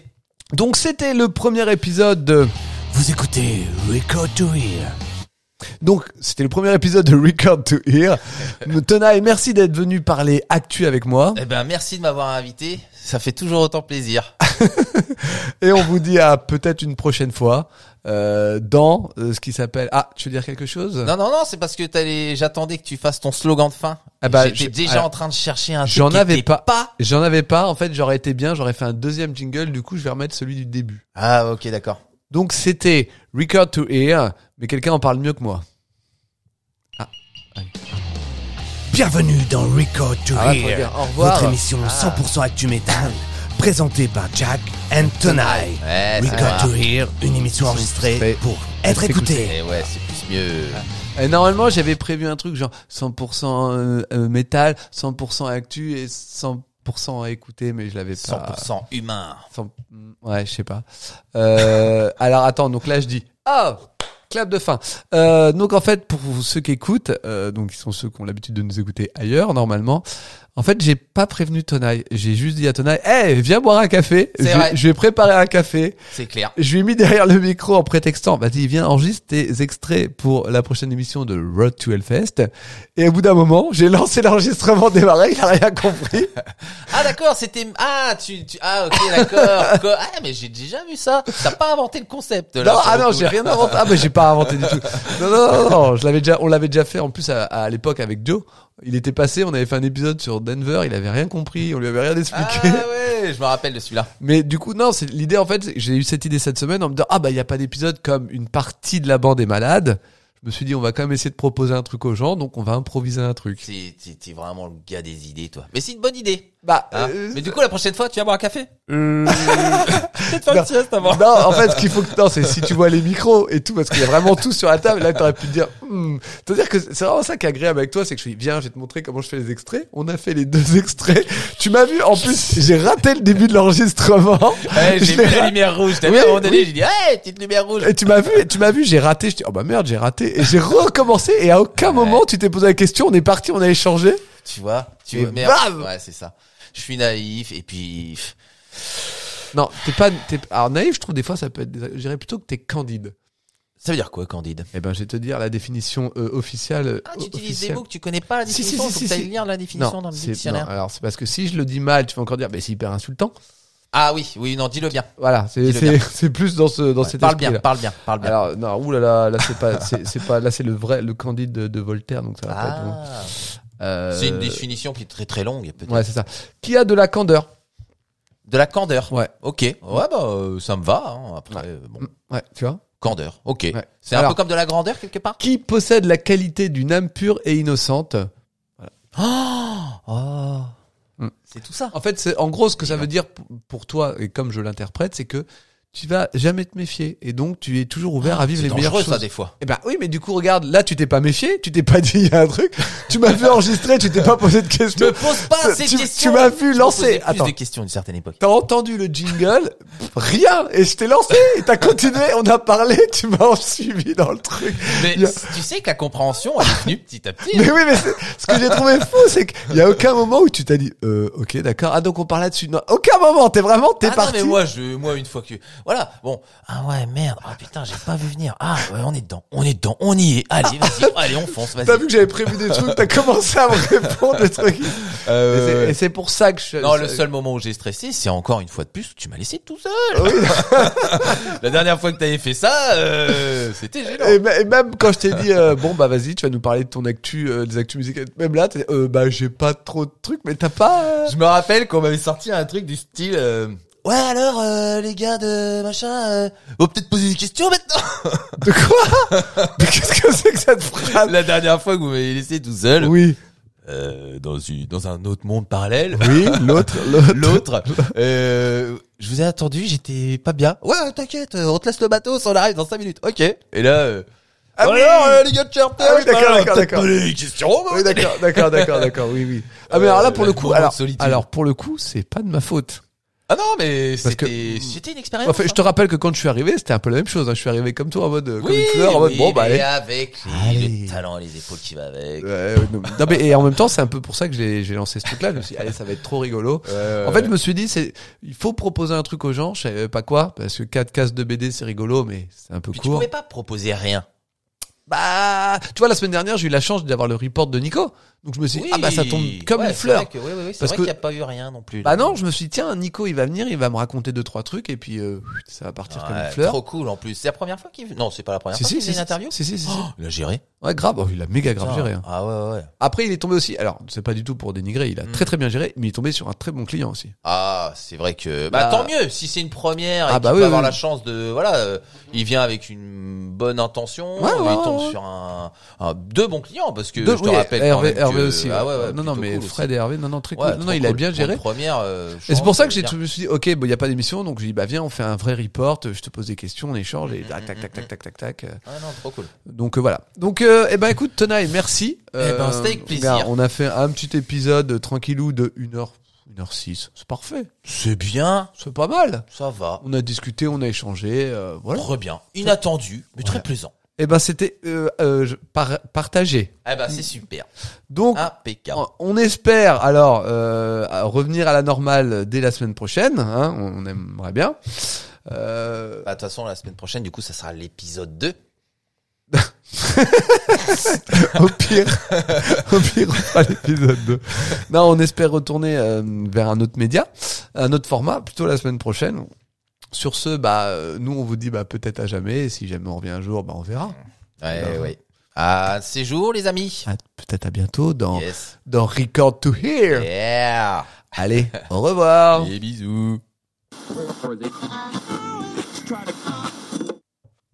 Donc c'était le premier épisode de,
Vous écoutez Record to Hear.
donc c'était le premier épisode de Record to Hear. Tenaille, merci d'être venu parler actu avec moi,
Eh ben merci de m'avoir invité, ça fait toujours autant plaisir.
Ah. et on vous dit à peut-être une prochaine fois euh, dans euh, ce qui s'appelle. Ah, tu veux dire quelque chose
non non non, c'est parce que t'as les- j'attendais que tu fasses ton slogan de fin.
Ah bah,
J'étais
je-
déjà
alors,
en train de chercher un. truc
j'en
qui
avais
était
pas. J'en avais pas. En fait, j'aurais été bien. J'aurais fait un deuxième jingle. Du coup, je vais remettre celui du début.
Ah ok d'accord.
Donc c'était Record to Air, mais quelqu'un en parle mieux que moi.
Bienvenue dans Record to
Ah ouais, faut
Hear.
dire au revoir.
votre émission
Ah.
100% Actu Métal, présentée par Jack and Tonai.
Ouais, c'est
Record
ça.
to Hear, une émission enregistrée
Enregistrée
pour être
être
écoutée.
Et Eh ouais, c'est plus mieux.
Ah, Et normalement, j'avais prévu un truc genre 100% euh, euh, métal, 100% actu et 100% à écouter, mais je l'avais pas.
100% humain.
100%. Mm, Ouais, je sais pas. Euh, alors attends, donc là je dis ah clap de fin. Euh, donc en fait pour ceux qui écoutent, euh, donc qui sont ceux qui ont l'habitude de nous écouter ailleurs normalement. En fait, j'ai pas prévenu Tonaï. J'ai juste dit à Tonaï, hey, viens boire un café.
C'est
Je-
vrai.
je vais préparer un café.
C'est clair.
Je lui ai mis derrière le micro en prétextant, vas-y, viens, enregistre tes extraits pour la prochaine émission de Road to Hellfest. Et au bout d'un moment, j'ai lancé l'enregistrement démarrer, il a rien compris.
Ah d'accord, c'était ah tu, tu- ah ok d'accord. Co- ah mais j'ai déjà vu ça. T'as pas inventé le concept là.
non,
pour
ah
le
non,
coup.
j'ai rien inventé. Ah, mais j'ai pas inventé du tout. Non, non, non, non, je l'avais déjà, on l'avait déjà fait en plus à, à l'époque avec Joe. Il était passé, on avait fait un épisode sur Denver, il avait rien compris, on lui avait rien
Ah
expliqué.
ouais, je me rappelle de celui-là.
Mais du coup, non, c'est l'idée en fait. c'est que J'ai eu cette idée cette semaine en me disant ah bah il y a pas d'épisode comme une partie de la bande est malade. Je me suis dit on va quand même essayer de proposer un truc aux gens, donc on va improviser un truc.
T'es t'es- t'es vraiment le gars des idées toi. Mais c'est une bonne idée.
Bah
hein.
euh,
mais du coup la prochaine fois tu vas boire un café.
euh,
Peut-être faire
Non.
une sieste avant.
non, en fait, ce qu'il faut que non, c'est si tu vois les micros et tout, parce qu'il y a vraiment tout sur la table. Là, t'aurais pu te dire, hmm. c'est-à-dire que c'est vraiment ça qui est agréable avec toi, c'est que je suis viens, je vais te montrer comment je fais les extraits. On a fait les deux extraits. Tu m'as vu. En plus, j'ai raté le début de l'enregistrement.
Ouais,
Je
j'ai
l'ai
vu la
raté.
lumière rouge. T'as
Oui,
vu à un moment donné
oui.
j'ai dit hey petite lumière rouge.
Et tu m'as vu, et tu m'as vu, j'ai raté, je dis, oh bah merde, j'ai raté, et j'ai recommencé, et à aucun moment tu t'es posé la question, on est parti, on a échangé.
Tu vois, tu
Et
vois, merde.
bam
Ouais c'est ça. Je suis naïf et puis pff,
Non, t'es pas, t'es, alors naïf, je trouve des fois ça peut être, dés- je dirais plutôt que t'es candide.
ça veut dire quoi Candide
Eh ben, je vais te dire la définition euh, officielle. euh,
Ah tu utilises des
officielle.
mots que tu connais pas la
Si, si,
définition.
si,
faut
si,
que t'ailles
si.
lire la définition dans le
c'est-
dictionnaire.
non, alors c'est parce que si je le dis mal, tu vas encore dire, mais c'est hyper insultant.
Ah oui oui non dis-le bien.
Voilà, c'est,
Dis-le
c'est, c'est plus dans ce, dans
Ouais,
cet
parle
esprit.
bien parle bien parle bien.
Alors non, oulala, là, là c'est pas, c'est, c'est pas, là c'est le vrai, le candide de, de Voltaire, donc ça va pas être bon.
Ah.
Euh,
C'est une définition qui est très très longue, peut-être.
Ouais, c'est ça. Qui a de la candeur.
De la candeur.
Ouais.
Ok. Ouais, bah euh, ça me va. hein. Après, euh, bon,
Ouais, tu vois.
candeur. Ok.
Ouais.
C'est un peu
Alors-
comme de la grandeur quelque part.
qui possède la qualité d'une âme pure et innocente.
C'est tout ça.
Ah!
Oh!
Mm. En fait, c'est en gros ce que ça veut dire p- pour toi et comme je l'interprète, c'est que tu vas jamais te méfier. Et donc, tu es toujours ouvert à vivre
Ah, C'est
les meilleures
dangereux,
choses.
ça, des fois.
Eh ben oui, mais du coup, regarde, là, tu t'es pas méfié, tu t'es pas dit il y a un truc, tu m'as fait enregistrer, tu t'es pas posé de
Je
questions.
me pose pas
Tu-
ces
tu-
questions.
tu m'as vu
Je me
lancer.
posais plus
Attends.
des questions à une certaine époque.
T'as entendu le jingle, rien, et je t'ai lancé, et t'as continué, on a parlé, tu m'as suivi dans le truc.
Mais
Il y a-
tu sais que la compréhension, elle est venue petit à petit.
Mais oui, mais c'est- ce que j'ai trouvé fou, c'est qu'il y a aucun moment où tu t'as dit, euh, ok, d'accord, ah donc on parle là-dessus. Non, aucun moment, t'es vraiment, t'es
ah non,
parti.
mais moi, je, moi, une fois que, voilà, bon. Ah ouais, merde. Ah putain, j'ai pas vu venir. Ah ouais, on est dedans. On est dedans. On y est. Allez, vas-y. allez, on fonce. Vas-y.
T'as vu que j'avais prévu des trucs, t'as commencé à me répondre des trucs. Et c'est- et c'est pour ça que je...
Euh, Non, le seul moment où j'ai stressé, c'est encore une fois de plus, tu m'as laissé tout
Ah
seul. la dernière fois que t'avais fait ça, euh, c'était gênant.
Et, mê- et même quand je t'ai dit euh, bon bah vas-y tu vas nous parler de ton actu euh, des actus musicales même là t'es, euh, bah j'ai pas trop de trucs mais t'as pas euh,
Je me rappelle qu'on m'avait sorti un truc du style. euh, Ouais alors euh, les gars de machin, euh, on peut-être poser des questions maintenant.
de quoi mais qu'est-ce que c'est que cette phrase
La dernière fois que vous m'avez laissé tout seul
Ah oui
euh, dans une, dans un autre monde parallèle,
oui l'autre l'autre
l'autre, euh, je vous ai attendu, j'étais pas bien. Ouais t'inquiète, euh, on te laisse le bateau, on arrive dans 5 minutes. Ok. Et là, euh,
Ah oui.
alors euh, les gars de Charter,
Ah oui, d'accord,
voilà,
d'accord,
peut-être
d'accord.
poser des questions. hein.
oui d'accord d'accord d'accord d'accord oui oui ah mais alors là pour
Euh,
le coup
moment
alors
de solitude.
alors pour le coup c'est pas de ma faute
Ah non, mais
Parce que-
c'était c'était une expérience. hein.
enfin je te rappelle que quand je suis arrivé c'était un peu la même chose hein. je suis arrivé comme toi en mode euh, comme une fleur en mode
oui,
bon bah
mais euh,
allez
avec les,
Allez.
le talent et les épaules qui va avec.
Ouais, ouais, non, non, mais et en même temps c'est un peu pour ça que j'ai j'ai lancé ce truc là je me suis dit, allez ça va être trop rigolo
Euh,
En fait, je me suis dit, c'est, il faut proposer un truc aux gens. Je savais pas quoi, parce que 4 cases de BD, c'est rigolo, mais c'est un peu
Puis tu
court.
pouvais pas proposer rien.
Bah, tu vois, la semaine dernière, j'ai eu la chance d'avoir le report de Nico. Donc je me suis dit, ah bah ça tombe comme
Ouais,
une
c'est
fleur.
vrai que- oui, oui, oui, C'est
Parce
vrai
que-
qu'il n'y a pas eu rien non plus.
Bah non, je me suis dit, tiens, Nico, il va venir, il va me raconter deux trois trucs, et puis euh, ça va partir comme
Ouais,
une fleur.
Trop cool en plus. C'est la première fois qu'il non, c'est pas la première
Si,
fois
si,
qu'il
si,
faisait
si,
une interview.
si, si, si, si.
Il a géré.
Ouais, grave, oh, il a méga grave
Putain.
géré. hein.
Ah ouais ouais.
Après, il est tombé aussi, alors c'est pas du tout pour dénigrer, il a
Mm.
très très bien géré, mais il est tombé sur un très bon client aussi.
Ah, c'est vrai que bah,
Bah-
tant mieux si c'est une première et
Ah,
qu'il
bah
peut
oui,
avoir
oui.
la chance de voilà, euh, il vient avec une bonne intention,
Ouais,
euh,
ouais,
il tombe
ouais.
sur un, un- deux bons clients parce que
Deux-
je te
oui,
rappelle quand
Hervé,
même que-
Hervé aussi.
Ah
ouais.
ouais, ouais,
non, non,
plutôt
mais
cool
Fred et Hervé, non, non, très
Ouais,
cool. Non,
trop
non, il a
cool.
bien
Pour
géré.
une première, euh,
Et c'est
chance,
pour ça
euh,
que j'ai
bien.
tout- je me suis dit, ok, bon, il n'y a pas d'émission, donc je dis, bah viens, on fait un vrai report, je te pose des questions, on échange,
Mm,
et bah, tac, tac, tac, tac, tac, tac, tac. euh,
Ah non, trop cool.
Donc euh, voilà. Donc, euh, eh ben écoute, Tonaï, merci. Euh,
ben, c'était avec plaisir.
regarde, on a fait un petit épisode euh, tranquillou de 1h, 1h06. C'est parfait.
C'est bien,
C'est pas mal.
ça va.
On a discuté, on a échangé, euh, voilà.
Très bien, inattendu, mais très plaisant.
Eh ben c'était euh, euh, je- par- partagé.
Eh ben c'est super,
Donc,
impeccable.
On- On espère alors euh, à revenir à la normale dès la semaine prochaine. hein, on on aimerait bien. Euh,
Bah, De toute façon, la semaine prochaine, du coup, ça sera l'épisode 2.
au pire, au pire, on fera l'épisode 2. Non, on espère retourner euh, vers un autre média, un autre format, plutôt la semaine prochaine. Sur ce, bah, euh, nous, on vous dit bah, peut-être à jamais. Et si jamais on revient un jour, bah, on verra.
Ouais,
Alors.
ouais. À ces jours, les amis.
À- Peut-être à bientôt dans,
Yes.
dans Record to Hear.
Yeah.
Allez, au revoir.
Et bisous.
Try to